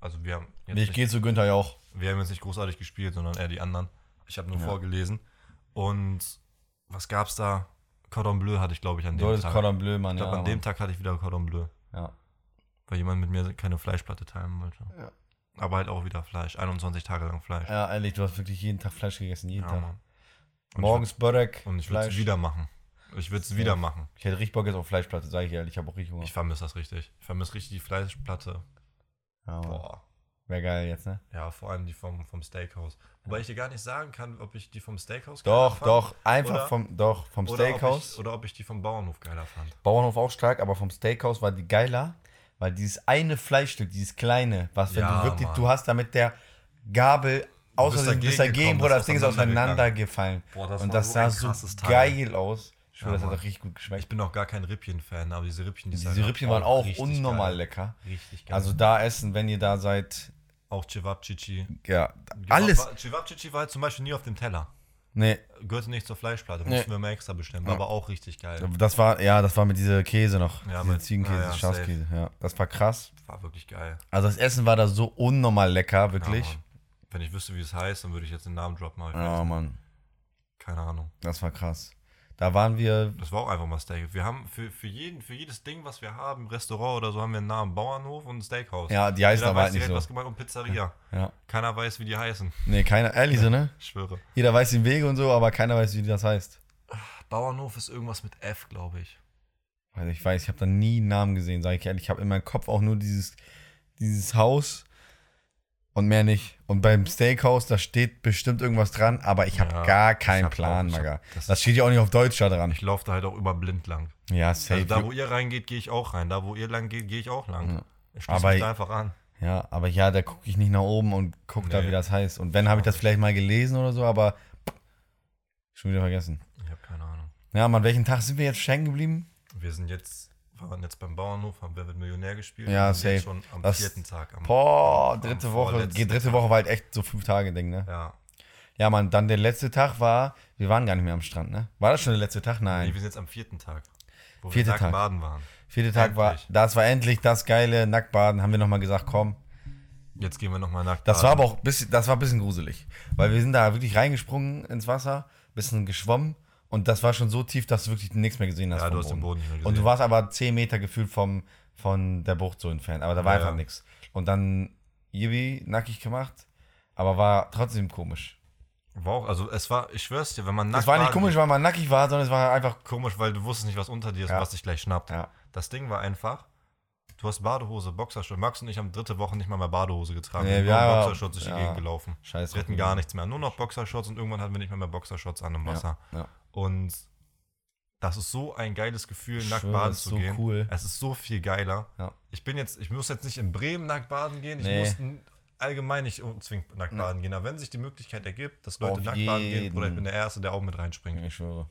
Speaker 2: Also wir haben jetzt
Speaker 1: Ich
Speaker 2: nicht,
Speaker 1: gehe zu Günther Jauch.
Speaker 2: wir haben jetzt nicht großartig gespielt, sondern eher die anderen. Ich habe nur
Speaker 1: Ja.
Speaker 2: vorgelesen. Und was gab's da? Cordon Bleu hatte ich, glaube ich, an
Speaker 1: Du
Speaker 2: dem
Speaker 1: hattest
Speaker 2: Tag.
Speaker 1: Cordon Bleu, Mann.
Speaker 2: ich glaube,
Speaker 1: ja,
Speaker 2: an dem
Speaker 1: Mann.
Speaker 2: Tag hatte ich wieder Cordon Bleu.
Speaker 1: Ja.
Speaker 2: Weil jemand mit mir keine Fleischplatte teilen wollte.
Speaker 1: Ja.
Speaker 2: Aber halt auch wieder Fleisch. 21 Tage lang Fleisch.
Speaker 1: ja, ehrlich, du hast wirklich jeden Tag Fleisch gegessen. Jeden
Speaker 2: Ja,
Speaker 1: Tag.
Speaker 2: Mann. Und
Speaker 1: Morgens Börek,
Speaker 2: Ich, und ich würde es
Speaker 1: Fleisch.
Speaker 2: wieder machen. Ich würde es
Speaker 1: Ja.
Speaker 2: wieder machen.
Speaker 1: Ich hätte richtig Bock jetzt auf Fleischplatte, sage ich ehrlich. Ich habe auch richtig Hunger.
Speaker 2: Ich vermisse das richtig. Ich vermisse richtig die Fleischplatte.
Speaker 1: Ja, Mann.
Speaker 2: Boah.
Speaker 1: Wäre geil jetzt, ne?
Speaker 2: Ja, vor allem die vom, vom Steakhouse. Wobei ich dir gar nicht sagen kann, ob ich die vom Steakhouse
Speaker 1: Doch,
Speaker 2: fand
Speaker 1: doch, einfach
Speaker 2: Oder-
Speaker 1: vom, doch, vom
Speaker 2: oder
Speaker 1: Steakhouse.
Speaker 2: Ob ich, oder ob ich die vom Bauernhof geiler fand.
Speaker 1: Bauernhof auch stark, aber vom Steakhouse war die geiler, weil dieses eine Fleischstück, dieses kleine, was wenn
Speaker 2: Ja,
Speaker 1: du wirklich,
Speaker 2: Mann.
Speaker 1: du hast da mit der Gabel außer
Speaker 2: bist
Speaker 1: du bist
Speaker 2: dagegen
Speaker 1: dagegen,
Speaker 2: gekommen,
Speaker 1: Bruder,
Speaker 2: das
Speaker 1: das Ding ist
Speaker 2: auseinandergegangen.
Speaker 1: auseinandergefallen.
Speaker 2: Boah, das
Speaker 1: Und
Speaker 2: war
Speaker 1: das
Speaker 2: so
Speaker 1: sah
Speaker 2: ein
Speaker 1: so
Speaker 2: krasses Teil.
Speaker 1: geil aus. Ich schwöre,
Speaker 2: Ja,
Speaker 1: das hat
Speaker 2: Mann.
Speaker 1: auch richtig gut
Speaker 2: Ich
Speaker 1: geschmeckt.
Speaker 2: bin auch gar kein Rippchen-Fan, aber diese Rippchen, die
Speaker 1: Diese Rippchen waren auch
Speaker 2: richtig
Speaker 1: unnormal
Speaker 2: geil.
Speaker 1: lecker.
Speaker 2: Richtig geil.
Speaker 1: Also da essen, wenn ihr da seid,
Speaker 2: auch Cevapcici.
Speaker 1: ja, alles.
Speaker 2: Cevapcici war halt zum Beispiel nie auf dem Teller.
Speaker 1: Nee,
Speaker 2: Gehörte nicht zur Fleischplatte,
Speaker 1: Nee.
Speaker 2: mussten wir mal extra bestellen. War aber auch richtig geil.
Speaker 1: das war, ja, das war mit dieser Käse noch.
Speaker 2: Ja,
Speaker 1: diese
Speaker 2: mit-
Speaker 1: Ziegenkäse,
Speaker 2: ja, ja,
Speaker 1: Schafskäse. Ja, das war krass.
Speaker 2: War wirklich geil.
Speaker 1: Also das Essen war da so unnormal lecker,
Speaker 2: Ja,
Speaker 1: wirklich.
Speaker 2: Mann. Wenn ich wüsste, wie es heißt, dann würde ich jetzt den Namen droppen, aber ich
Speaker 1: Ja,
Speaker 2: weiß,
Speaker 1: Mann.
Speaker 2: keine Ahnung.
Speaker 1: Das war krass. Da waren wir,
Speaker 2: Das war auch einfach mal Steak. Wir haben für, für, jeden, für jedes Ding, was wir haben, Restaurant oder so, haben wir einen Namen. Bauernhof und ein Steakhouse.
Speaker 1: ja, die heißen
Speaker 2: Jeder
Speaker 1: aber
Speaker 2: weiß
Speaker 1: halt nicht
Speaker 2: direkt,
Speaker 1: so.
Speaker 2: was gemeint und Pizzeria.
Speaker 1: Ja.
Speaker 2: Keiner weiß, wie die heißen.
Speaker 1: Nee, keiner, ehrlich so, ne?
Speaker 2: Ich schwöre.
Speaker 1: Jeder weiß den Weg und so, aber keiner weiß, wie das heißt.
Speaker 2: Bauernhof ist irgendwas mit F, glaube ich.
Speaker 1: Also ich weiß, ich habe da nie einen Namen gesehen, sage ich ehrlich. Ich habe in meinem Kopf auch nur dieses, dieses Haus und mehr nicht. Und beim Steakhouse, da steht bestimmt irgendwas dran, aber ich habe
Speaker 2: Ja,
Speaker 1: gar keinen
Speaker 2: hab
Speaker 1: Plan,
Speaker 2: auch- ich hab-
Speaker 1: Maga.
Speaker 2: das-
Speaker 1: Das, steht ja auch nicht auf Deutsch da dran.
Speaker 2: Ich laufe da halt auch über blind lang.
Speaker 1: Ja,
Speaker 2: Also
Speaker 1: safe.
Speaker 2: da, wo ihr reingeht, gehe ich auch rein. Da, wo ihr lang geht, gehe ich auch lang. Ich schließe
Speaker 1: Aber-
Speaker 2: mich da einfach an.
Speaker 1: ja, aber ja, da gucke ich nicht nach oben und gucke da,
Speaker 2: Nee.
Speaker 1: wie das heißt. Und wenn, habe ich das vielleicht mal gelesen oder so, aber schon wieder vergessen.
Speaker 2: Ich habe keine Ahnung.
Speaker 1: Ja, Mann, welchen Tag sind wir jetzt stehen geblieben?
Speaker 2: Wir sind jetzt, wir waren jetzt beim Bauernhof, haben wir mit Millionär gespielt.
Speaker 1: Ja,
Speaker 2: wir sind jetzt
Speaker 1: safe.
Speaker 2: schon am
Speaker 1: Das-
Speaker 2: vierten Tag. Am,
Speaker 1: Boah, dritte
Speaker 2: Am
Speaker 1: Woche.
Speaker 2: vorletzten
Speaker 1: Die dritte Woche war halt echt so fünf Tage, Ding, ne?
Speaker 2: ja.
Speaker 1: Ja, Mann, dann der letzte Tag war, wir waren gar nicht mehr am Strand, ne? War das schon der letzte Tag?
Speaker 2: Nee,
Speaker 1: Nein.
Speaker 2: wir sind jetzt am vierten Tag. Wo
Speaker 1: Vierter
Speaker 2: wir nackt
Speaker 1: Tag.
Speaker 2: baden waren.
Speaker 1: Vierte Tag war,
Speaker 2: Endlich.
Speaker 1: das war endlich das geile Nacktbaden, haben wir nochmal gesagt, komm.
Speaker 2: Jetzt gehen wir nochmal nackt
Speaker 1: Das
Speaker 2: baden.
Speaker 1: war aber auch ein bisschen, das war ein bisschen gruselig. Weil wir sind da wirklich reingesprungen ins Wasser, bisschen geschwommen und das war schon so tief, dass du wirklich nichts mehr gesehen hast.
Speaker 2: Ja,
Speaker 1: vom
Speaker 2: du hast den Boden nicht mehr gesehen.
Speaker 1: Und du warst aber 10 Meter gefühlt vom, von der Bucht so entfernt. Aber da war
Speaker 2: Ja,
Speaker 1: einfach
Speaker 2: ja.
Speaker 1: nichts. Und dann Yibi nackig gemacht, aber war trotzdem komisch.
Speaker 2: War auch, also es war, ich schwör's dir, wenn man nackt
Speaker 1: es war nicht
Speaker 2: baden
Speaker 1: komisch, weil man nackig war, sondern es war einfach.
Speaker 2: geht, komisch, weil du wusstest nicht, was unter dir ist,
Speaker 1: Ja.
Speaker 2: was dich gleich schnappt.
Speaker 1: Ja.
Speaker 2: Das Ding war einfach, du hast Badehose, Boxershorts. Max und ich haben dritte Woche nicht mal mehr Badehose getragen.
Speaker 1: Nee,
Speaker 2: wir sind
Speaker 1: wir
Speaker 2: nur in
Speaker 1: haben-
Speaker 2: Boxershorts durch die
Speaker 1: ja.
Speaker 2: Gegend gelaufen.
Speaker 1: Scheiß
Speaker 2: Wir hatten
Speaker 1: drauf.
Speaker 2: gar nichts mehr, nur noch Boxershorts und irgendwann hatten wir nicht mehr, mehr Boxershorts an im Wasser.
Speaker 1: Ja.
Speaker 2: Und das ist so ein geiles Gefühl,
Speaker 1: Ich
Speaker 2: nackt
Speaker 1: schwöre,
Speaker 2: baden
Speaker 1: das ist
Speaker 2: zu
Speaker 1: so
Speaker 2: gehen.
Speaker 1: cool.
Speaker 2: Es ist so viel geiler.
Speaker 1: Ja.
Speaker 2: Ich bin jetzt, ich muss jetzt nicht in Bremen nackt baden gehen. Ich
Speaker 1: Nee.
Speaker 2: muss n- allgemein nicht zwingend nackt baden gehen. Aber wenn sich die Möglichkeit ergibt, dass Leute
Speaker 1: Auf
Speaker 2: nackt baden gehen,
Speaker 1: jeden.
Speaker 2: oder ich bin der Erste, der auch mit reinspringt.
Speaker 1: Ich schwöre.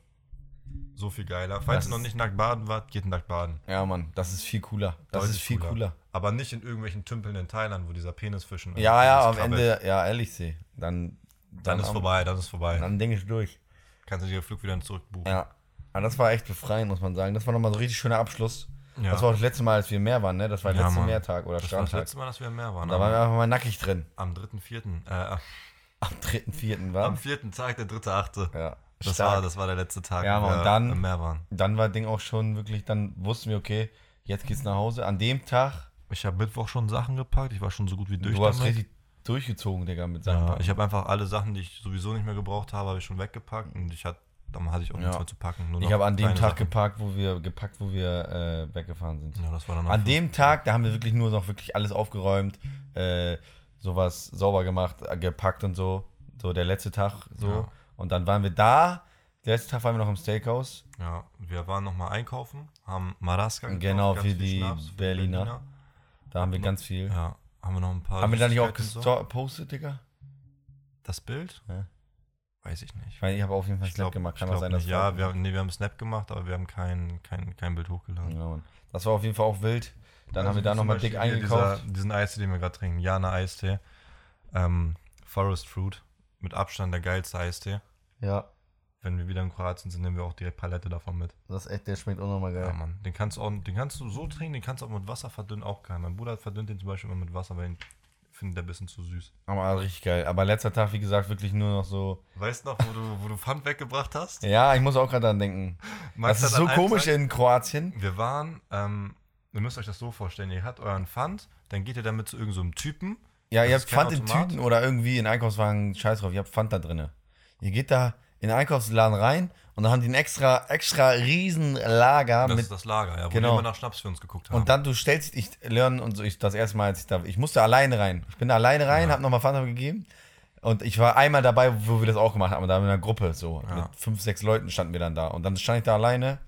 Speaker 2: So viel geiler. Falls
Speaker 1: Das
Speaker 2: ihr noch
Speaker 1: ist-
Speaker 2: nicht nackt baden wart, geht nackt baden.
Speaker 1: Ja, Mann, das ist viel cooler. Das
Speaker 2: Deutlich
Speaker 1: ist viel cooler.
Speaker 2: Aber nicht in irgendwelchen Tümpeln in Thailand, wo dieser Penisfischen.
Speaker 1: Ja, ja, am
Speaker 2: krabbelt.
Speaker 1: Ende, ja, ehrlich sehe. Dann,
Speaker 2: Dann ist
Speaker 1: am-
Speaker 2: vorbei, dann ist vorbei.
Speaker 1: Dann denke ich durch.
Speaker 2: Kannst du dir den Flug wieder zurückbuchen.
Speaker 1: Ja. Aber das war echt befreiend, muss man sagen. Das war nochmal so ein richtig schöner Abschluss.
Speaker 2: Ja.
Speaker 1: Das war auch das letzte Mal, als wir im Meer waren, ne? Das war der
Speaker 2: Ja,
Speaker 1: letzte
Speaker 2: Mann.
Speaker 1: Meertag oder
Speaker 2: das war das
Speaker 1: Strandtag.
Speaker 2: letzte Mal, dass wir im Meer waren.
Speaker 1: halt. Da waren wir einfach mal nackig drin.
Speaker 2: am 3.4., äh,
Speaker 1: Am 3.4.
Speaker 2: am
Speaker 1: war.
Speaker 2: 4. Tag, der 3.8.
Speaker 1: Ja.
Speaker 2: Das
Speaker 1: stark.
Speaker 2: war, das war der letzte Tag,
Speaker 1: Ja,
Speaker 2: wo
Speaker 1: Mann,
Speaker 2: wir
Speaker 1: dann-
Speaker 2: im Meer waren.
Speaker 1: Dann war Ding auch schon wirklich, dann wussten wir, okay, jetzt geht's nach Hause. An dem Tag,
Speaker 2: Ich habe Mittwoch schon Sachen gepackt, ich war schon so gut wie durch
Speaker 1: du hast
Speaker 2: damit.
Speaker 1: richtig durchgezogen, Digga, mit seinem
Speaker 2: ja,
Speaker 1: Packen.
Speaker 2: ich habe einfach alle Sachen, die ich sowieso nicht mehr gebraucht habe, habe ich schon weggepackt und ich hatte, dann hatte ich auch nichts
Speaker 1: Ja.
Speaker 2: mehr zu packen. nur
Speaker 1: Ich
Speaker 2: noch
Speaker 1: habe an dem
Speaker 2: kleine
Speaker 1: Tag
Speaker 2: Sachen.
Speaker 1: geparkt, wo wir gepackt, wo wir äh, weggefahren sind.
Speaker 2: Ja, das war dann am
Speaker 1: An
Speaker 2: Flug.
Speaker 1: dem Tag, da haben wir wirklich nur noch wirklich alles aufgeräumt, äh, sowas sauber gemacht, äh, gepackt und so. So der letzte Tag so.
Speaker 2: Ja.
Speaker 1: Und dann waren wir da. Der letzte Tag waren wir noch im Steakhouse.
Speaker 2: Ja, wir waren nochmal einkaufen, haben Maraska gekauft,
Speaker 1: Genau,
Speaker 2: ganz
Speaker 1: für
Speaker 2: viel
Speaker 1: die
Speaker 2: Schnaps für die
Speaker 1: Berliner. Da haben wir ganz viel.
Speaker 2: Ja, haben wir noch ein paar.
Speaker 1: Haben wir da nicht auch
Speaker 2: Süßigkeiten und
Speaker 1: gepostet, Digga?
Speaker 2: so. Das Bild?
Speaker 1: Ja.
Speaker 2: Weiß ich nicht.
Speaker 1: Ich meine, ich habe auf jeden Fall
Speaker 2: Ich
Speaker 1: Snap
Speaker 2: glaub-
Speaker 1: gemacht.
Speaker 2: ich
Speaker 1: Kann auch
Speaker 2: glaub
Speaker 1: sein, dass
Speaker 2: nicht. Ja,
Speaker 1: wir-
Speaker 2: wir haben, nee, wir haben Snap gemacht, aber wir haben kein, kein, kein Bild hochgeladen.
Speaker 1: Ja, Mann. Das war auf jeden Fall auch wild. Dann
Speaker 2: Also
Speaker 1: haben wir
Speaker 2: wie
Speaker 1: da
Speaker 2: zum
Speaker 1: nochmal dick
Speaker 2: Beispiel hier
Speaker 1: eingekauft.
Speaker 2: Dieser, diesen Eistee, den wir gerade trinken, Jana Eistee. Ähm, Forest Fruit, mit Abstand der geilste Eistee.
Speaker 1: ja,
Speaker 2: Wenn wir wieder in Kroatien sind, nehmen wir auch direkt Palette davon mit.
Speaker 1: das ist echt, der schmeckt auch nochmal
Speaker 2: Ja,
Speaker 1: geil.
Speaker 2: Mann. Den kannst, du auch, den kannst du so trinken, den kannst du auch mit Wasser verdünnen, auch geil. Mein Bruder verdünnt den zum Beispiel immer mit Wasser, weil ihn findet der ein bisschen zu süß.
Speaker 1: Aber richtig geil. Aber letzter Tag, wie gesagt, wirklich nur noch so.
Speaker 2: Weißt du noch, wo du, wo du Pfand weggebracht hast?
Speaker 1: Ja, ich muss auch gerade dran denken.
Speaker 2: Max
Speaker 1: das ist
Speaker 2: hat an
Speaker 1: so
Speaker 2: einem
Speaker 1: komisch
Speaker 2: Tag-
Speaker 1: in Kroatien.
Speaker 2: Wir waren, ähm, ihr müsst euch das so vorstellen, ihr habt euren Pfand, dann geht ihr damit zu irgendeinem so einem Typen.
Speaker 1: Ja, ihr
Speaker 2: Das
Speaker 1: habt
Speaker 2: ist kein
Speaker 1: Pfand in
Speaker 2: Automat.
Speaker 1: Tüten oder irgendwie in Einkaufswagen, scheiß drauf, ihr habt Pfand da drinne. Ihr geht da in den Einkaufsladen rein und dann haben die ein extra, extra riesen Lager
Speaker 2: Das
Speaker 1: mit
Speaker 2: ist das Lager, ja, wo
Speaker 1: Genau.
Speaker 2: wir immer nach Schnaps für uns geguckt haben.
Speaker 1: Und dann, du stellst dich, ich lerne und so, ich, das erste Mal, als ich da, ich musste alleine rein. Ich bin da alleine rein, hab nochmal Fanta gegeben. Und ich war einmal dabei, wo wir das auch gemacht haben, da in einer Gruppe, so.
Speaker 2: Ja.
Speaker 1: Mit fünf, sechs Leuten standen wir dann da. Und dann stand ich da alleine.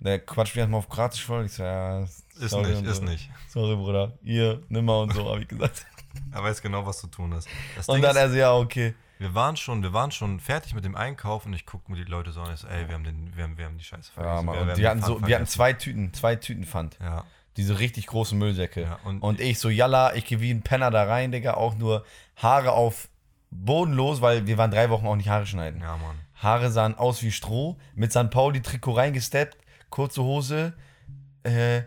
Speaker 1: Und der quatscht mich erstmal auf Kroatisch voll. Ich so, ja,
Speaker 2: ist
Speaker 1: sorry
Speaker 2: nicht,
Speaker 1: und
Speaker 2: ist
Speaker 1: so.
Speaker 2: nicht.
Speaker 1: Sorry, Bruder, ihr, nimmer und so, habe ich gesagt.
Speaker 2: Er weiß genau, was zu tun ist. Das
Speaker 1: Und
Speaker 2: Ding
Speaker 1: dann
Speaker 2: ist,
Speaker 1: er so, ja, okay.
Speaker 2: wir waren schon, wir waren schon fertig mit dem Einkauf und ich gucke mir die Leute so an und ich so, ey, wir haben, den, wir haben, wir haben die Scheiße vergessen.
Speaker 1: Ja, Mann.
Speaker 2: wir,
Speaker 1: Und
Speaker 2: haben
Speaker 1: die
Speaker 2: den
Speaker 1: hatten
Speaker 2: Pfand
Speaker 1: so, wir hatten
Speaker 2: vergessen.
Speaker 1: zwei Tüten, zwei Tüten Pfand.
Speaker 2: Ja,
Speaker 1: Diese richtig großen Müllsäcke.
Speaker 2: Ja,
Speaker 1: und,
Speaker 2: und-
Speaker 1: ich so, jalla, ich gehe wie ein Penner da rein, Digga, auch nur Haare auf bodenlos, weil wir waren drei Wochen auch nicht Haare schneiden.
Speaker 2: ja, Mann.
Speaker 1: Haare sahen aus wie Stroh, mit St. Pauli-Trikot reingesteppt, kurze Hose äh,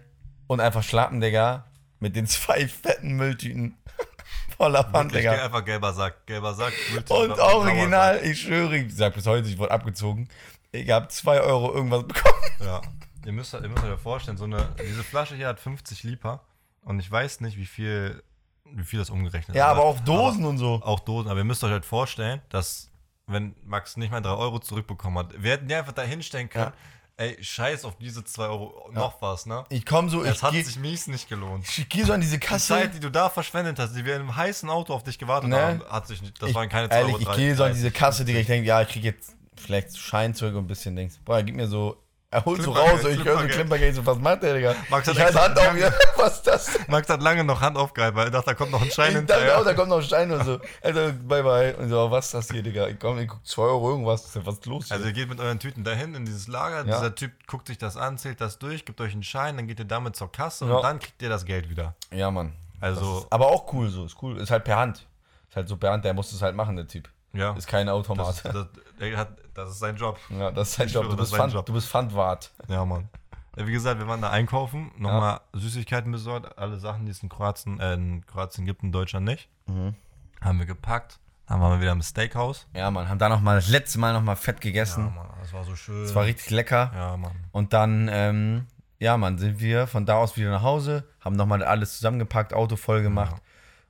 Speaker 1: und einfach schlappen, Digga, mit den zwei fetten Mülltüten voller Pfand,
Speaker 2: Wirklich, geh
Speaker 1: Digga.
Speaker 2: einfach gelber Sack, gelber Sack. Mülltüte,
Speaker 1: Und
Speaker 2: blauer
Speaker 1: original, ich schwöre, ich sag bis heute, ich wurde abgezogen. Ich hab zwei Euro irgendwas bekommen.
Speaker 2: Sack. Ja. Ihr müsst, ihr müsst euch ja vorstellen, so eine, diese Flasche hier hat 50 Liter und ich weiß nicht, wie viel, wie viel das umgerechnet ist.
Speaker 1: Ja, aber auch Dosen und so.
Speaker 2: auch Dosen, aber ihr müsst euch halt vorstellen, dass wenn Max nicht mal 3 Euro zurückbekommen hat, wir hätten ja einfach da hinstellen können, ey, scheiß auf diese 2 Euro, noch was, ne?
Speaker 1: Ich komm so, ich
Speaker 2: Es hat
Speaker 1: geh,
Speaker 2: sich mies nicht gelohnt.
Speaker 1: ich geh so an diese
Speaker 2: Die
Speaker 1: Kasse.
Speaker 2: Zeit, die du da verschwendet hast, die wir in einem heißen Auto auf dich gewartet
Speaker 1: Ne?
Speaker 2: haben, hat sich nicht, das
Speaker 1: ich,
Speaker 2: waren keine 2
Speaker 1: Ehrlich,
Speaker 2: Euro.
Speaker 1: ich gehe so an diese Kasse, Digga, ich denke, ja, ich kriege jetzt vielleicht Schein zurück und ein bisschen Dings. Boah, gib mir so, er holt so raus, so, ich höre so
Speaker 2: Klimpergeld.
Speaker 1: Klimpergeld, so, was macht der, Digga?
Speaker 2: Max hat
Speaker 1: ich halte
Speaker 2: extra
Speaker 1: Hand auf,
Speaker 2: die
Speaker 1: ja, was ist das? denn?
Speaker 2: Max hat lange noch Hand aufgehalten, weil er dachte, da kommt noch ein Schein
Speaker 1: Ich dachte auch,
Speaker 2: hinterher.
Speaker 1: da kommt noch Stein und so. Also, bye bye. Und so, was ist das hier, Digga? Ich komm, ich guck 2 Euro irgendwas, was ist los? Hier?
Speaker 2: Also ihr geht mit euren Tüten dahin in dieses Lager,
Speaker 1: Ja.
Speaker 2: dieser Typ guckt sich das an, zählt das durch, gibt euch einen Schein, dann geht ihr damit zur Kasse
Speaker 1: Ja.
Speaker 2: und dann kriegt ihr das Geld wieder.
Speaker 1: ja, Mann.
Speaker 2: Also-
Speaker 1: Das Ist, aber auch cool so, ist cool. Ist halt per Hand. Ist halt so per Hand, der muss es halt machen, der Typ.
Speaker 2: Ja.
Speaker 1: Ist kein
Speaker 2: Das,
Speaker 1: Automat.
Speaker 2: das, er hat, das ist sein Job.
Speaker 1: ja, das ist sein
Speaker 2: Ich
Speaker 1: Job.
Speaker 2: schwöre,
Speaker 1: Du
Speaker 2: das
Speaker 1: bist,
Speaker 2: ist sein
Speaker 1: Pfand,
Speaker 2: Job.
Speaker 1: du bist Pfandwart.
Speaker 2: Ja, Mann. Wie gesagt, wir waren da einkaufen, nochmal Süßigkeiten besorgt, alle Sachen, die es in Kroatien, äh, in Kroatien gibt, in Deutschland nicht.
Speaker 1: Mhm.
Speaker 2: Haben wir gepackt, dann waren wir wieder im Steakhouse.
Speaker 1: Ja, Mann, haben da nochmal, das letzte Mal nochmal fett
Speaker 2: Ja,
Speaker 1: gegessen.
Speaker 2: Mann, das war so schön.
Speaker 1: Es war richtig lecker.
Speaker 2: ja, Mann.
Speaker 1: Und dann, ähm, ja, Mann, sind wir von da aus wieder nach Hause, haben nochmal alles zusammengepackt, Auto voll
Speaker 2: Genau.
Speaker 1: gemacht.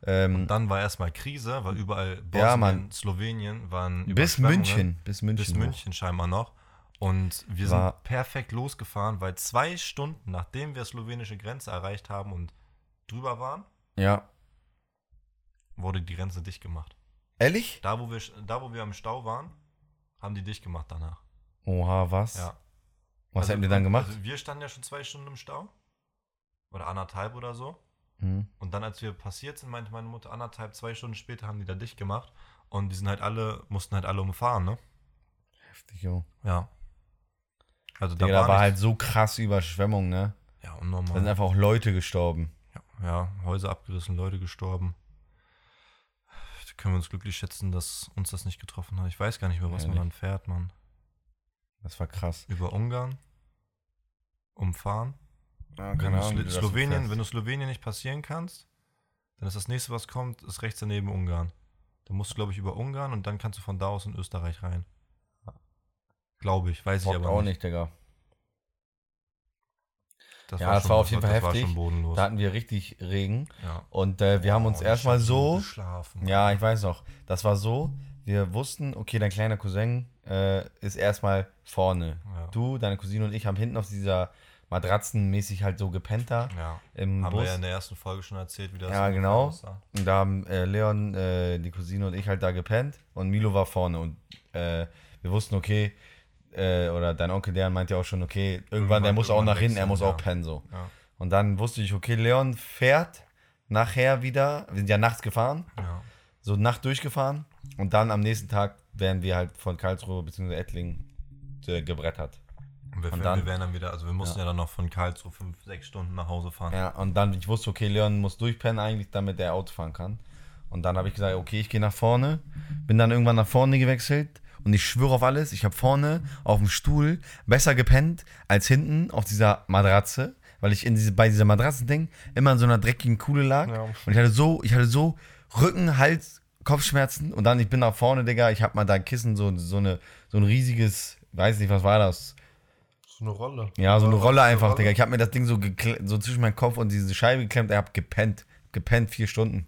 Speaker 1: Ähm,
Speaker 2: Dann war erstmal Krise, weil überall Bosnien,
Speaker 1: Hm. Ja, Mann.
Speaker 2: Slowenien waren
Speaker 1: bis
Speaker 2: Überschwemmungen.
Speaker 1: München, bis München.
Speaker 2: ne? Bis München scheinbar noch. Und wir sind
Speaker 1: War-
Speaker 2: perfekt losgefahren, weil zwei Stunden, nachdem wir slowenische Grenze erreicht haben und drüber waren,
Speaker 1: Ja.
Speaker 2: wurde die Grenze dicht gemacht.
Speaker 1: Ehrlich?
Speaker 2: Da wo, wir, da, wo wir am Stau waren, haben die dicht gemacht danach.
Speaker 1: Oha, was?
Speaker 2: Ja.
Speaker 1: Was
Speaker 2: Also,
Speaker 1: hätten wir dann gemacht?
Speaker 2: Also wir standen ja schon zwei Stunden im Stau. Oder anderthalb oder so.
Speaker 1: Hm.
Speaker 2: Und dann, als wir passiert sind, meinte meine Mutter, anderthalb, zwei Stunden später haben die da dicht gemacht. Und die sind halt alle, mussten halt alle umfahren, ne?
Speaker 1: Heftig, jo.
Speaker 2: Ja. Also da
Speaker 1: Digga, da war
Speaker 2: nichts-
Speaker 1: halt so krass Überschwemmung, ne?
Speaker 2: Ja,
Speaker 1: Da sind
Speaker 2: unnormal.
Speaker 1: einfach auch Leute gestorben.
Speaker 2: Ja, ja, Häuser abgerissen, Leute gestorben. Da können wir uns glücklich schätzen, dass uns das nicht getroffen hat. Ich weiß gar nicht mehr, was man
Speaker 1: Ehrlich.
Speaker 2: dann fährt, man.
Speaker 1: Das war krass.
Speaker 2: Über Ungarn. Umfahren.
Speaker 1: Ja,
Speaker 2: Wenn du, Slo Slowenien, wenn du Slowenien nicht passieren kannst, dann ist das nächste, was kommt, ist rechts daneben Ungarn. Dann musst du, glaube ich, über Ungarn und dann kannst du von da aus in Österreich rein. Glaube ich, weiß ich aber
Speaker 1: auch
Speaker 2: nicht.
Speaker 1: nicht, Digga.
Speaker 2: Das
Speaker 1: Ja, das war auf jeden Fall
Speaker 2: das war
Speaker 1: heftig.
Speaker 2: schon bodenlos.
Speaker 1: Da hatten wir richtig Regen.
Speaker 2: ja.
Speaker 1: Und äh, wir haben uns
Speaker 2: Oh, ich
Speaker 1: erstmal
Speaker 2: hab
Speaker 1: so.
Speaker 2: geschlafen.
Speaker 1: Ja, ich weiß noch. Das war so, wir wussten, okay, dein kleiner Cousin äh, ist erstmal vorne.
Speaker 2: Ja.
Speaker 1: Du, deine Cousine und ich haben hinten auf dieser Matratzenmäßig halt so gepennt da
Speaker 2: Ja.
Speaker 1: im
Speaker 2: Haben wir
Speaker 1: Bus.
Speaker 2: ja in der ersten Folge schon erzählt, wie das
Speaker 1: Ja,
Speaker 2: ungefähr
Speaker 1: genau.
Speaker 2: aussah.
Speaker 1: Und da haben äh, Leon, äh, die Cousine und ich halt da gepennt und Milo war vorne und äh, wir wussten, okay, äh, oder dein Onkel Leon meinte ja auch schon, okay, irgendwann, der
Speaker 2: Irgendwann-
Speaker 1: muss auch
Speaker 2: irgendwann
Speaker 1: nach hinten, er
Speaker 2: wechseln,
Speaker 1: muss auch
Speaker 2: ja.
Speaker 1: pennen so.
Speaker 2: Ja.
Speaker 1: Und dann wusste ich, okay, Leon fährt nachher wieder, wir sind ja nachts gefahren,
Speaker 2: Ja.
Speaker 1: so Nacht durchgefahren und dann am nächsten Tag werden wir halt von Karlsruhe bzw. Ettlingen äh, gebrettert. Und wir,
Speaker 3: Und
Speaker 1: dann,
Speaker 3: dann-
Speaker 1: wir wären dann wieder, also wir mussten ja, dann noch von Karlsruhe fünf, sechs Stunden nach Hause fahren.
Speaker 3: Ja, und dann, ich wusste, okay, Leon muss durchpennen eigentlich, damit er Auto fahren kann. Und dann habe ich gesagt, okay, ich gehe nach vorne. Bin dann irgendwann nach vorne gewechselt. Und ich schwöre auf alles, ich habe vorne auf dem Stuhl besser gepennt als hinten auf dieser Matratze, weil ich in diese, bei dieser Matratzending immer in so einer dreckigen Kuhle lag.
Speaker 1: Ja.
Speaker 2: um
Speaker 3: Und ich hatte so, ich hatte so Rücken, Hals, Kopfschmerzen. Und dann, ich bin nach vorne, Digga, ich habe mal da ein Kissen, so, so, eine, so ein riesiges, weiß nicht, was war das?
Speaker 1: So eine Rolle.
Speaker 3: Ja, so eine Rolle einfach,
Speaker 1: Rolle.
Speaker 3: Digga. Ich hab mir das Ding so, gekle- so zwischen meinen Kopf und diese Scheibe geklemmt. Er hab gepennt. Gepennt vier Stunden.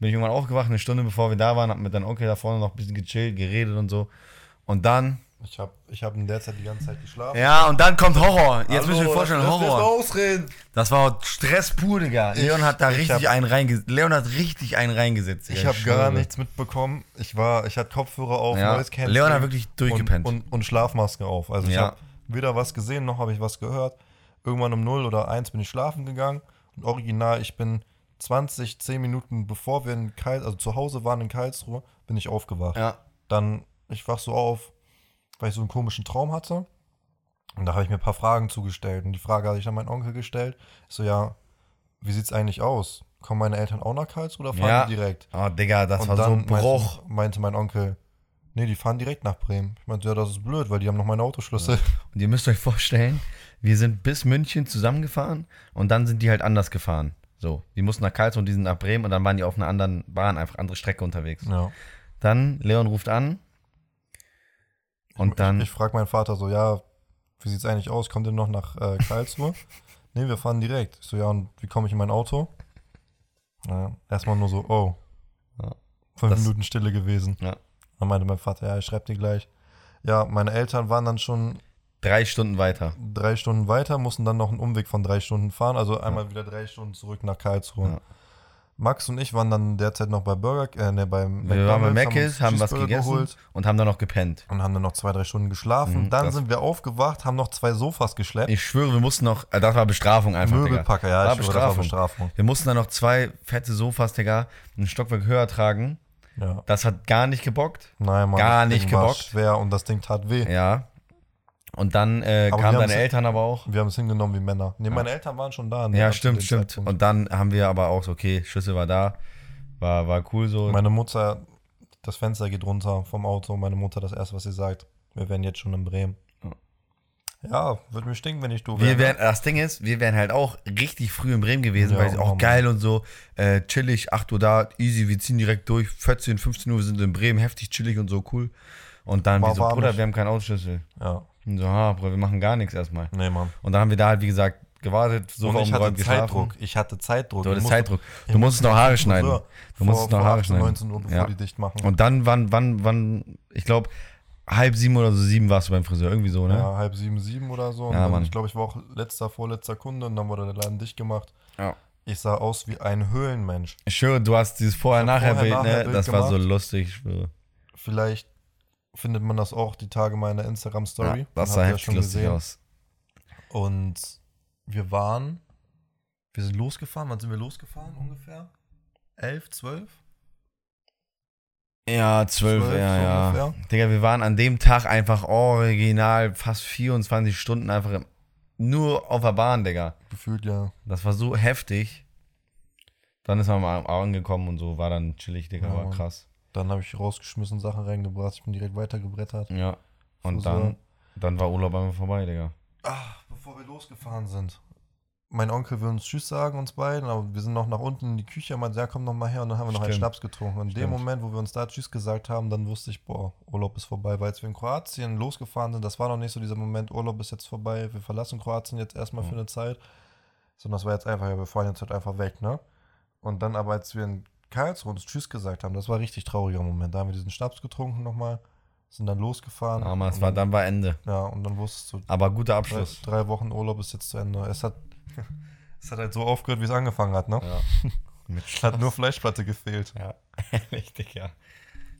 Speaker 3: Bin ich irgendwann aufgewacht, eine Stunde bevor wir da waren, hab mit deinem Onkel da vorne noch ein bisschen gechillt, geredet und so. Und dann.
Speaker 2: Ich habe ich hab in der Zeit die ganze Zeit geschlafen.
Speaker 3: Ja, und dann kommt Horror. Jetzt
Speaker 2: Hallo,
Speaker 3: müssen wir vorstellen,
Speaker 2: lass- lass mich
Speaker 3: Horror.
Speaker 2: mal ausreden.
Speaker 3: Das war Stress pur, Digga. Leon hat da
Speaker 2: ich
Speaker 3: richtig
Speaker 2: hab-
Speaker 3: einen reingesetzt. Leon hat richtig einen reingesetzt. Digga.
Speaker 2: Ich habe gar
Speaker 3: schwöre.
Speaker 2: nichts mitbekommen. Ich war, ich hatte Kopfhörer auf,
Speaker 3: Ja.
Speaker 2: Noise Cancelling
Speaker 3: Leon hat wirklich durchgepennt.
Speaker 2: Und, und, und Schlafmasken auf. Also ich
Speaker 3: Ja.
Speaker 2: habe weder was gesehen, noch habe ich was gehört. Irgendwann um 0 oder 1 bin ich schlafen gegangen. Und original, ich bin 20, 10 Minuten bevor wir in Karl, also zu Hause waren in Karlsruhe, bin ich aufgewacht.
Speaker 3: Ja.
Speaker 2: Dann, ich wach so auf, weil ich so einen komischen Traum hatte. Und da habe ich mir ein paar Fragen zugestellt. Und die Frage hatte ich dann meinen Onkel gestellt. Ich so, ja, wie sieht's eigentlich aus? Kommen meine Eltern auch nach Karlsruhe oder fahren
Speaker 3: Ja.
Speaker 2: die direkt?
Speaker 3: Oh, Digga, das
Speaker 2: Und
Speaker 3: war so
Speaker 2: dann
Speaker 3: ein Bruch.
Speaker 2: Meinte, meinte mein Onkel, nee, die fahren direkt nach Bremen. Ich meinte, ja, das ist blöd, weil die haben noch meine Autoschlüssel.
Speaker 3: Und ihr müsst euch vorstellen, wir sind bis München zusammengefahren und dann sind die halt anders gefahren. So, die mussten nach Karlsruhe und die sind nach Bremen und dann waren die auf einer anderen Bahn, einfach andere Strecke unterwegs.
Speaker 2: Ja.
Speaker 3: Dann Leon ruft an und dann,
Speaker 2: Ich, ich frage meinen Vater so, ja, wie sieht's eigentlich aus? Kommt ihr noch nach äh, Karlsruhe? nee, wir fahren direkt. Ich so, ja, und wie komme ich in mein Auto? Ja, erstmal nur so, oh.
Speaker 3: Ja.
Speaker 2: Fünf
Speaker 3: Das-
Speaker 2: Minuten Stille gewesen.
Speaker 3: Ja.
Speaker 2: Dann meinte mein Vater, ja, ich schreib dir gleich. Ja, meine Eltern waren dann schon
Speaker 3: drei Stunden weiter.
Speaker 2: drei Stunden weiter, mussten dann noch einen Umweg von drei Stunden fahren, also einmal wieder drei Stunden zurück nach Karlsruhe.
Speaker 3: Ja.
Speaker 2: Max und ich waren dann derzeit noch bei Burger, äh, ne, beim
Speaker 3: Wir waren bei
Speaker 2: McDonald's,
Speaker 3: Mc's,
Speaker 2: uns
Speaker 3: haben was
Speaker 2: Cheeseburger
Speaker 3: gegessen
Speaker 2: geholt
Speaker 3: und haben dann noch gepennt.
Speaker 2: und haben dann noch zwei, drei Stunden geschlafen.
Speaker 3: Mhm,
Speaker 2: dann
Speaker 3: das-
Speaker 2: sind wir aufgewacht, haben noch zwei Sofas geschleppt.
Speaker 3: Ich schwöre, wir mussten noch, äh, das war Bestrafung einfach,
Speaker 2: Möbelpacker,
Speaker 3: Digga.
Speaker 2: ja,
Speaker 3: War
Speaker 2: ich schwöre, das war
Speaker 3: Bestrafung.
Speaker 2: Bestrafung.
Speaker 3: Wir mussten dann noch zwei fette Sofas, Digga, einen Stockwerk höher tragen.
Speaker 2: Ja.
Speaker 3: Das hat gar nicht gebockt.
Speaker 2: Nein, Mann,
Speaker 3: Gar
Speaker 2: das
Speaker 3: nicht
Speaker 2: Ding war
Speaker 3: gebockt.
Speaker 2: schwer und das Ding tat weh.
Speaker 3: Ja. Und dann äh,
Speaker 2: Aber
Speaker 3: kamen
Speaker 2: wir
Speaker 3: deine
Speaker 2: haben's-
Speaker 3: Eltern aber auch.
Speaker 2: Wir haben es hingenommen wie Männer. Ne, meine Eltern waren schon da. ne,
Speaker 3: Ja,
Speaker 2: ab
Speaker 3: stimmt,
Speaker 2: dem
Speaker 3: stimmt.
Speaker 2: Zeitpunkt.
Speaker 3: Und dann haben wir aber auch so, okay, Schlüssel war da, war, war cool so.
Speaker 2: Meine Mutter, das Fenster geht runter vom Auto. Meine Mutter, das erste, was sie sagt, wir wären jetzt schon in Bremen. Ja, würde mich stinken, wenn ich du
Speaker 3: wir
Speaker 2: wäre.
Speaker 3: wären, das Ding ist, wir wären halt auch richtig früh in Bremen gewesen,
Speaker 2: ne? Ja,
Speaker 3: weil es auch
Speaker 2: Mann.
Speaker 3: geil und so, äh, chillig, 8 Uhr da, easy, wir ziehen direkt durch, 14, 15 Uhr, wir sind in Bremen, heftig, chillig und so, cool. Und dann,
Speaker 2: War
Speaker 3: wir so,
Speaker 2: warm.
Speaker 3: Bruder, wir haben keinen Ausschlüssel.
Speaker 2: Ja,
Speaker 3: Und so, ha, Bruder, wir machen gar nichts erstmal.
Speaker 2: nee, Mann.
Speaker 3: Und dann haben wir da halt, wie gesagt, gewartet, so
Speaker 2: Und ich hatte
Speaker 3: umgeräumt,
Speaker 2: Zeitdruck. Ich hatte Zeitdruck.
Speaker 3: Du
Speaker 2: Ich
Speaker 3: hattest
Speaker 2: musste-
Speaker 3: Zeitdruck.
Speaker 2: ich
Speaker 3: Du musstest noch Haare schneiden.
Speaker 2: Friseur.
Speaker 3: Du musstest
Speaker 2: Vor-
Speaker 3: noch
Speaker 2: vor
Speaker 3: Haare
Speaker 2: 18,
Speaker 3: schneiden.
Speaker 2: 19 Uhr, bevor die dicht machen.
Speaker 3: Und dann, wann, wann, wann, ich glaube, halb sieben oder so sieben warst du beim Friseur, irgendwie so, ne?
Speaker 2: Ja, halb sieben, sieben oder so. Und
Speaker 3: Ja,
Speaker 2: dann,
Speaker 3: Mann.
Speaker 2: ich glaube, ich war auch letzter, vorletzter Kunde und dann wurde der Laden dicht gemacht.
Speaker 3: Ja.
Speaker 2: Ich sah aus wie ein Höhlenmensch.
Speaker 3: Ich schwöre, du hast dieses Vorher-Nachher-Bild,
Speaker 2: Vorher-Nachher-Bild
Speaker 3: ne? Das war so
Speaker 2: gemacht.
Speaker 3: lustig, ich schwöre.
Speaker 2: Vielleicht findet man das auch die Tage meiner Instagram-Story.
Speaker 3: Ja, das
Speaker 2: Man
Speaker 3: sah
Speaker 2: hat ja
Speaker 3: heftig lustig aus.
Speaker 2: Und wir waren, wir sind losgefahren. Wann sind wir losgefahren ungefähr? Elf, zwölf?
Speaker 3: Ja, zwölf,
Speaker 2: Zwölf, so
Speaker 3: ja, ja.
Speaker 2: ungefähr.
Speaker 3: Digga, wir waren an dem Tag einfach original fast 24 Stunden einfach im, nur auf der Bahn, Digga.
Speaker 2: Gefühlt ja.
Speaker 3: Das war so heftig. Dann ist man mal angekommen und so, war dann chillig, Digga,
Speaker 2: Ja,
Speaker 3: war
Speaker 2: Mann.
Speaker 3: krass.
Speaker 2: Dann habe ich rausgeschmissen, Sachen reingebracht. Ich bin direkt weitergebrettert.
Speaker 3: Ja. Und
Speaker 2: Friseur.
Speaker 3: dann, dann war Urlaub einmal vorbei, Digga.
Speaker 2: Ach, Ah, bevor wir losgefahren sind. Mein Onkel will uns Tschüss sagen, uns beiden, aber wir sind noch nach unten in die Küche. Er meinte, ja, komm noch mal her und dann haben wir noch einen
Speaker 3: Stimmt.
Speaker 2: Schnaps getrunken. Und in dem
Speaker 3: Stimmt.
Speaker 2: Moment, wo wir uns da Tschüss gesagt haben, dann wusste ich, boah, Urlaub ist vorbei. Weil als wir in Kroatien losgefahren sind, das war noch nicht so dieser Moment, Urlaub ist jetzt vorbei, wir verlassen Kroatien jetzt erstmal
Speaker 3: Mhm.
Speaker 2: für eine Zeit. Sondern das war jetzt einfach, ja, wir fahren jetzt halt einfach weg, ne? Und dann aber, als wir in Karlsruhe uns Tschüss gesagt haben, das war ein richtig trauriger Moment. Da haben wir diesen Schnaps getrunken nochmal, sind dann losgefahren.
Speaker 3: Aber es
Speaker 2: Und
Speaker 3: war, dann war Ende.
Speaker 2: Ja, und dann wusstest du,
Speaker 3: Aber guter
Speaker 2: Drei,
Speaker 3: Abschluss.
Speaker 2: drei Wochen Urlaub ist jetzt zu Ende. Es hat, es hat halt so aufgehört, wie es angefangen hat, ne?
Speaker 3: Ja. Mit
Speaker 2: Es hat nur Fleischplatte gefehlt.
Speaker 3: Ja, richtig, ja.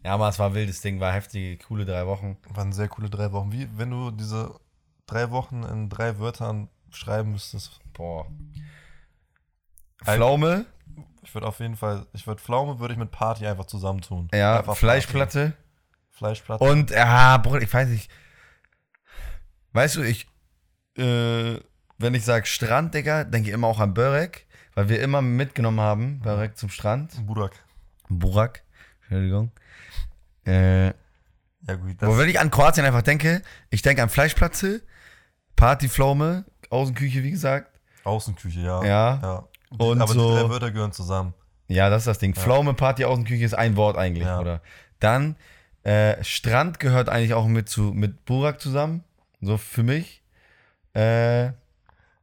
Speaker 3: Ja, aber es war ein wildes Ding, war heftige, coole drei Wochen.
Speaker 2: Waren sehr coole drei Wochen. Wie, wenn du diese drei Wochen in drei Wörtern schreiben müsstest,
Speaker 3: Boah. Halt.
Speaker 2: Al-
Speaker 3: Pflaume,
Speaker 2: ich würde auf jeden Fall, ich würde Pflaume würde ich mit Party einfach zusammentun.
Speaker 3: ja,
Speaker 2: einfach
Speaker 3: Fleischplatte
Speaker 2: Party. Fleischplatte.
Speaker 3: und, ah, Bruder, ich weiß nicht. Weißt du, ich, äh, wenn ich sage Strand, Digga, denke ich immer auch an Börek, weil wir immer mitgenommen haben, Börek zum Strand.
Speaker 2: Burak.
Speaker 3: Burak, Entschuldigung. Äh,
Speaker 2: Ja, gut.
Speaker 3: aber
Speaker 2: Das,
Speaker 3: wenn ich an Kroatien einfach denke, ich denke an Fleischplatze, Partypflaume, Außenküche, wie gesagt.
Speaker 2: Außenküche, ja.
Speaker 3: Ja.
Speaker 2: ja. Die-
Speaker 3: Und
Speaker 2: aber
Speaker 3: so-
Speaker 2: die drei Wörter gehören zusammen.
Speaker 3: Ja, das ist das Ding. Pflaume, Party, Außenküche ist ein Wort eigentlich,
Speaker 2: Ja.
Speaker 3: oder? Dann äh, Strand gehört eigentlich auch mit zu mit Burak zusammen, so für mich. Äh,
Speaker 2: Ja,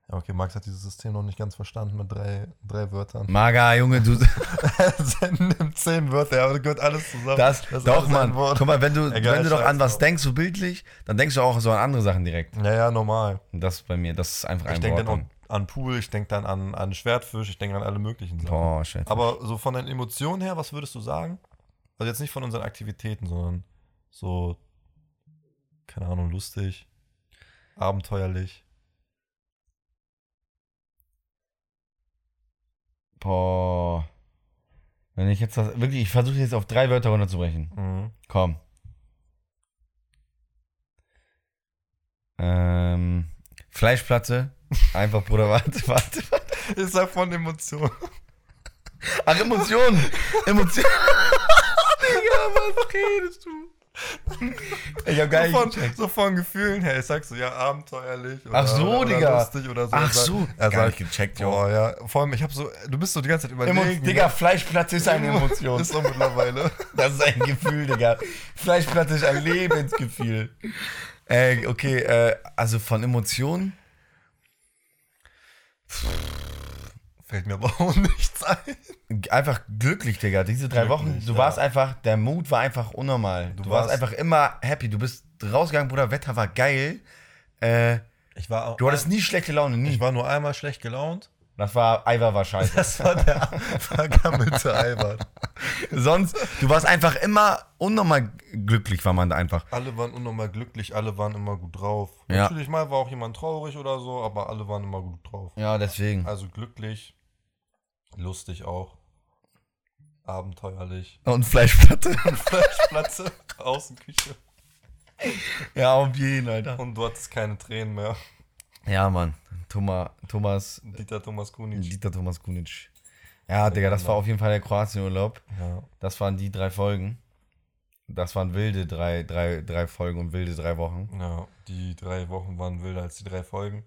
Speaker 2: okay, Max hat dieses System noch nicht ganz verstanden mit drei, drei Wörtern.
Speaker 3: Maga, Junge, du
Speaker 2: Er nimmt zehn Wörter, aber das gehört alles zusammen.
Speaker 3: das,
Speaker 2: ist
Speaker 3: doch
Speaker 2: alles ein
Speaker 3: Mann.
Speaker 2: Wort.
Speaker 3: Guck mal, wenn du
Speaker 2: Egal,
Speaker 3: wenn du doch an
Speaker 2: scheiß
Speaker 3: was
Speaker 2: drauf.
Speaker 3: denkst so bildlich, dann denkst du auch so an andere Sachen direkt.
Speaker 2: Ja, ja, normal.
Speaker 3: Und das ist bei mir, das ist einfach
Speaker 2: Ich
Speaker 3: ein
Speaker 2: denke
Speaker 3: Wort.
Speaker 2: dann auch an Pool, ich denke dann an, an Schwertfisch, ich denke an alle möglichen Sachen.
Speaker 3: Boah, shit.
Speaker 2: Aber so von den Emotionen her, was würdest du sagen? Also jetzt nicht von unseren Aktivitäten, sondern so, keine Ahnung, lustig, abenteuerlich.
Speaker 3: Boah. Wenn ich jetzt das, wirklich, ich versuche jetzt auf drei Wörter runterzubrechen.
Speaker 2: Mhm.
Speaker 3: Komm. Ähm, Fleischplatte. Einfach, Bruder, warte, warte. warte.
Speaker 2: Ich sag von Emotionen.
Speaker 3: Ach, Emotionen. Emotionen.
Speaker 2: was redest du?
Speaker 3: Ich hab gar
Speaker 2: So
Speaker 3: nicht
Speaker 2: von,
Speaker 3: gecheckt.
Speaker 2: so von Gefühlen her. Ich sag so, ja, abenteuerlich. Oder,
Speaker 3: Ach so,
Speaker 2: oder,
Speaker 3: Digga.
Speaker 2: Oder lustig oder so.
Speaker 3: Ach
Speaker 2: Er sagt-
Speaker 3: so.
Speaker 2: Er
Speaker 3: Gar
Speaker 2: sagt,
Speaker 3: nicht gecheckt, jo.
Speaker 2: boah, ja. Vor allem, ich hab so, du bist so die ganze Zeit überlegen.
Speaker 3: Emo Digga, Fleischplatte ist eine Emotion.
Speaker 2: Ist doch mittlerweile.
Speaker 3: Das ist ein Gefühl, Digga. Fleischplatte ist ein Lebensgefühl. Äh, okay, äh, also von Emotionen.
Speaker 2: Fällt mir aber auch nichts ein.
Speaker 3: einfach glücklich, Digga. Diese drei
Speaker 2: Glücklich,
Speaker 3: Wochen, du
Speaker 2: ja.
Speaker 3: warst einfach, der Mut war einfach unnormal. Du,
Speaker 2: Du
Speaker 3: warst,
Speaker 2: warst-
Speaker 3: einfach immer happy. Du bist rausgegangen, Bruder, Wetter war geil. Äh,
Speaker 2: Ich war, auch-
Speaker 3: du hattest nie schlechte Laune, nie.
Speaker 2: ich war nur einmal schlecht gelaunt.
Speaker 3: das war, Ivar war scheiße.
Speaker 2: Das war der vergammelte Albert.
Speaker 3: Sonst, du warst einfach immer unnormal glücklich, war man da einfach.
Speaker 2: Alle waren unnormal glücklich, alle waren immer gut drauf.
Speaker 3: Ja.
Speaker 2: Natürlich mal war auch jemand traurig oder so, aber alle waren immer gut drauf.
Speaker 3: Ja, deswegen.
Speaker 2: Also glücklich, lustig auch, abenteuerlich.
Speaker 3: Und Fleischplatte.
Speaker 2: Fleischplatze, Außenküche.
Speaker 3: ja, auf jeden, Alter.
Speaker 2: Und du hattest keine Tränen mehr.
Speaker 3: Ja, Mann. Thomas, Thomas,
Speaker 2: Dieter Thomas Kunic.
Speaker 3: Dieter Thomas Kunic. Ja, Digga, das war auf jeden Fall der Kroatienurlaub.
Speaker 2: Ja.
Speaker 3: Das waren die drei Folgen. Das waren wilde drei, drei, drei Folgen und wilde drei Wochen.
Speaker 2: ja, die drei Wochen waren wilder als die drei Folgen.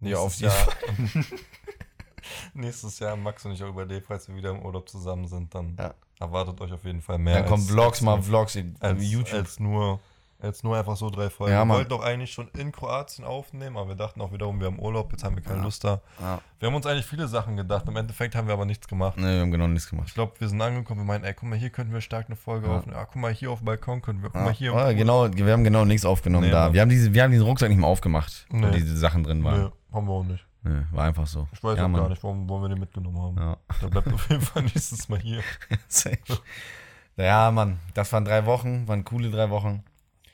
Speaker 3: Ja, auf jeden
Speaker 2: Jahr, Nächstes Jahr haben Max und ich auch überlebt, falls wir wieder im Urlaub zusammen sind, dann
Speaker 3: Ja.
Speaker 2: erwartet euch auf jeden Fall mehr.
Speaker 3: Dann kommen
Speaker 2: als-
Speaker 3: Vlogs, mal
Speaker 2: als-
Speaker 3: Vlogs in,
Speaker 2: als,
Speaker 3: in YouTube.
Speaker 2: Als nur, als nur einfach so drei Folgen.
Speaker 3: Ja,
Speaker 2: wir
Speaker 3: Mann.
Speaker 2: wollten doch eigentlich schon in Kroatien aufnehmen, aber wir dachten auch wiederum, wir haben Urlaub, jetzt haben wir keine Lust da.
Speaker 3: Ja.
Speaker 2: Wir haben uns eigentlich viele Sachen gedacht, im Endeffekt haben wir aber nichts gemacht.
Speaker 3: ne, wir haben genau nichts
Speaker 2: Ich
Speaker 3: gemacht.
Speaker 2: glaube, wir sind angekommen, wir meinen, ey, guck mal, hier könnten wir stark eine Folge
Speaker 3: Ja.
Speaker 2: aufnehmen. Ah, guck mal, hier auf dem Balkon können wir, guck
Speaker 3: Ja.
Speaker 2: mal, hier.
Speaker 3: Ah, genau, wir haben genau nichts aufgenommen
Speaker 2: Nee,
Speaker 3: da.
Speaker 2: Mann.
Speaker 3: Wir haben, diese, wir haben diesen Rucksack nicht mal aufgemacht, wo
Speaker 2: Nee.
Speaker 3: diese Sachen drin waren.
Speaker 2: Nö, haben wir auch nicht.
Speaker 3: Nö, war einfach so.
Speaker 2: Ich weiß
Speaker 3: ja,
Speaker 2: auch
Speaker 3: Mann.
Speaker 2: gar nicht, warum, warum wir den mitgenommen haben.
Speaker 3: Ja.
Speaker 2: Da bleibt auf jeden Fall nächstes Mal hier.
Speaker 3: Safe. ja, Mann, das waren drei Wochen, waren coole drei Wochen.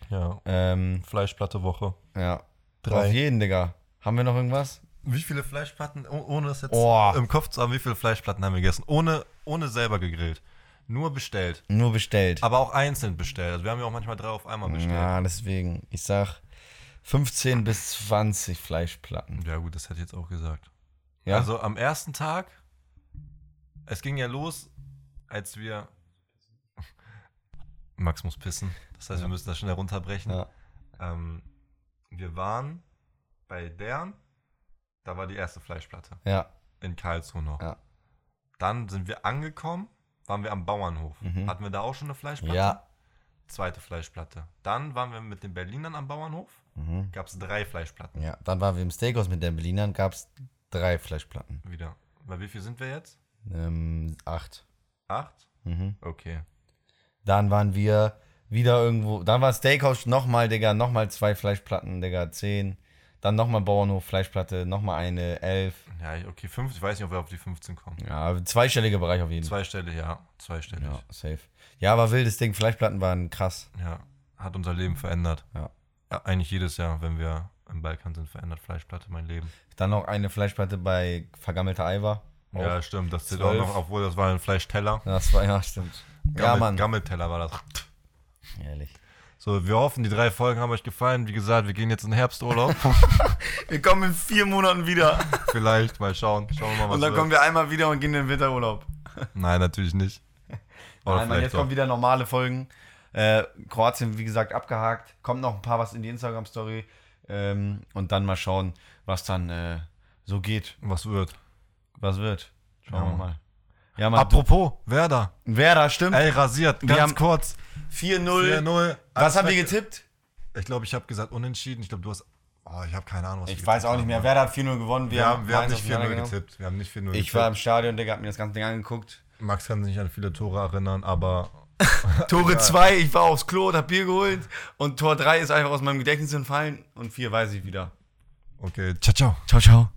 Speaker 2: Ja,
Speaker 3: Ähm,
Speaker 2: Fleischplatte Woche.
Speaker 3: ja.
Speaker 2: Drei.
Speaker 3: Auf jeden, Digga. Haben wir noch irgendwas?
Speaker 2: Wie viele Fleischplatten, oh- ohne das jetzt
Speaker 3: Oh.
Speaker 2: im Kopf zu haben, wie viele Fleischplatten haben wir gegessen? Ohne, ohne selber gegrillt. Nur bestellt.
Speaker 3: Nur bestellt.
Speaker 2: Aber auch einzeln bestellt. Also wir haben ja auch manchmal drei auf einmal bestellt. Ja,
Speaker 3: Ja, deswegen, ich sag 15 bis 20 Fleischplatten.
Speaker 2: gut, das hätte ich jetzt auch gesagt.
Speaker 3: Ja?
Speaker 2: Also am ersten Tag, es ging ja los, als wir. Max muss pissen. Das heißt, wir müssen das schnell runterbrechen.
Speaker 3: ja.
Speaker 2: Ähm, wir waren bei Dern. Da war die erste Fleischplatte.
Speaker 3: Ja,
Speaker 2: In Karlsruhe noch.
Speaker 3: Ja.
Speaker 2: Dann sind wir angekommen, waren wir am Bauernhof.
Speaker 3: Mhm.
Speaker 2: Hatten wir da auch schon eine Fleischplatte?
Speaker 3: ja.
Speaker 2: Zweite Fleischplatte. Dann waren wir mit den Berlinern am Bauernhof.
Speaker 3: Mhm.
Speaker 2: Gab es drei Fleischplatten
Speaker 3: ja. Dann waren wir im Steakhouse mit den Berlinern, gab es drei Fleischplatten.
Speaker 2: wieder. Bei wie viel sind wir jetzt?
Speaker 3: Ähm, acht.
Speaker 2: Acht?
Speaker 3: Mhm.
Speaker 2: Okay.
Speaker 3: Dann waren wir wieder irgendwo, dann war Steakhouse nochmal, Digga, nochmal zwei Fleischplatten, Digga, zehn. Dann nochmal Bauernhof, Fleischplatte, nochmal eine, elf.
Speaker 2: Ja, okay, fünf. Ich weiß nicht, ob wir auf die 15 kommen.
Speaker 3: Ja, zweistelliger Bereich auf jeden Fall.
Speaker 2: Zweistellig, ja. Zweistellig.
Speaker 3: Ja, safe. Ja, war wildes Ding, Fleischplatten waren krass.
Speaker 2: Ja, hat unser Leben verändert.
Speaker 3: Ja.
Speaker 2: Ja, Eigentlich jedes Jahr, wenn wir im Balkan sind, verändert Fleischplatte mein Leben.
Speaker 3: Dann noch eine Fleischplatte bei vergammelter Eiver. Auch.
Speaker 2: Ja, stimmt, das zählt auch
Speaker 3: Zwölf.
Speaker 2: noch, obwohl das war ein Fleischteller.
Speaker 3: Das war, ja, stimmt. Ja, Mann.
Speaker 2: Gammelteller war das.
Speaker 3: Ehrlich.
Speaker 2: So, wir hoffen, die drei Folgen haben euch gefallen. Wie gesagt, wir gehen jetzt in den Herbsturlaub.
Speaker 3: Wir kommen in vier Monaten wieder.
Speaker 2: Vielleicht mal schauen. Schauen wir mal, was
Speaker 3: Und dann
Speaker 2: wird.
Speaker 3: kommen wir einmal wieder und gehen in den Winterurlaub.
Speaker 2: Nein, natürlich nicht. Oder
Speaker 3: Nein, Mann,
Speaker 2: vielleicht
Speaker 3: jetzt
Speaker 2: doch.
Speaker 3: kommen wieder normale Folgen. Äh, Kroatien, wie gesagt, abgehakt. Kommt noch ein paar was in die Instagram-Story. Ähm, und dann mal schauen, was dann äh, so geht.
Speaker 2: Was wird?
Speaker 3: Was wird. Schauen
Speaker 2: Ja.
Speaker 3: wir mal. Ja, Mann.
Speaker 2: Apropos, Werder.
Speaker 3: Wer da stimmt?
Speaker 2: Ey, rasiert. Ganz
Speaker 3: haben-
Speaker 2: kurz.
Speaker 3: 4-0.
Speaker 2: 4-0.
Speaker 3: Was haben wir getippt?
Speaker 2: Ich glaube, ich habe gesagt unentschieden. Ich glaube, du hast. Oh, ich habe keine Ahnung, was
Speaker 3: Ich
Speaker 2: wir
Speaker 3: weiß
Speaker 2: getippt
Speaker 3: auch nicht mehr.
Speaker 2: haben.
Speaker 3: Werder hat 4-0 gewonnen.
Speaker 2: Wir haben, wir haben
Speaker 3: Mainz
Speaker 2: nicht 4-0
Speaker 3: auseinandergenommen.
Speaker 2: getippt. Wir haben nicht 4-0
Speaker 3: Ich war im Stadion, Digga, hab mir das ganze Ding angeguckt.
Speaker 2: Max kann sich nicht an viele Tore erinnern, aber
Speaker 3: Tore 2, ich war aufs Klo und hab Bier geholt. Und Tor 3 ist einfach aus meinem Gedächtnis entfallen. Und 4 weiß ich wieder.
Speaker 2: okay. Ciao, ciao.
Speaker 3: Ciao, ciao.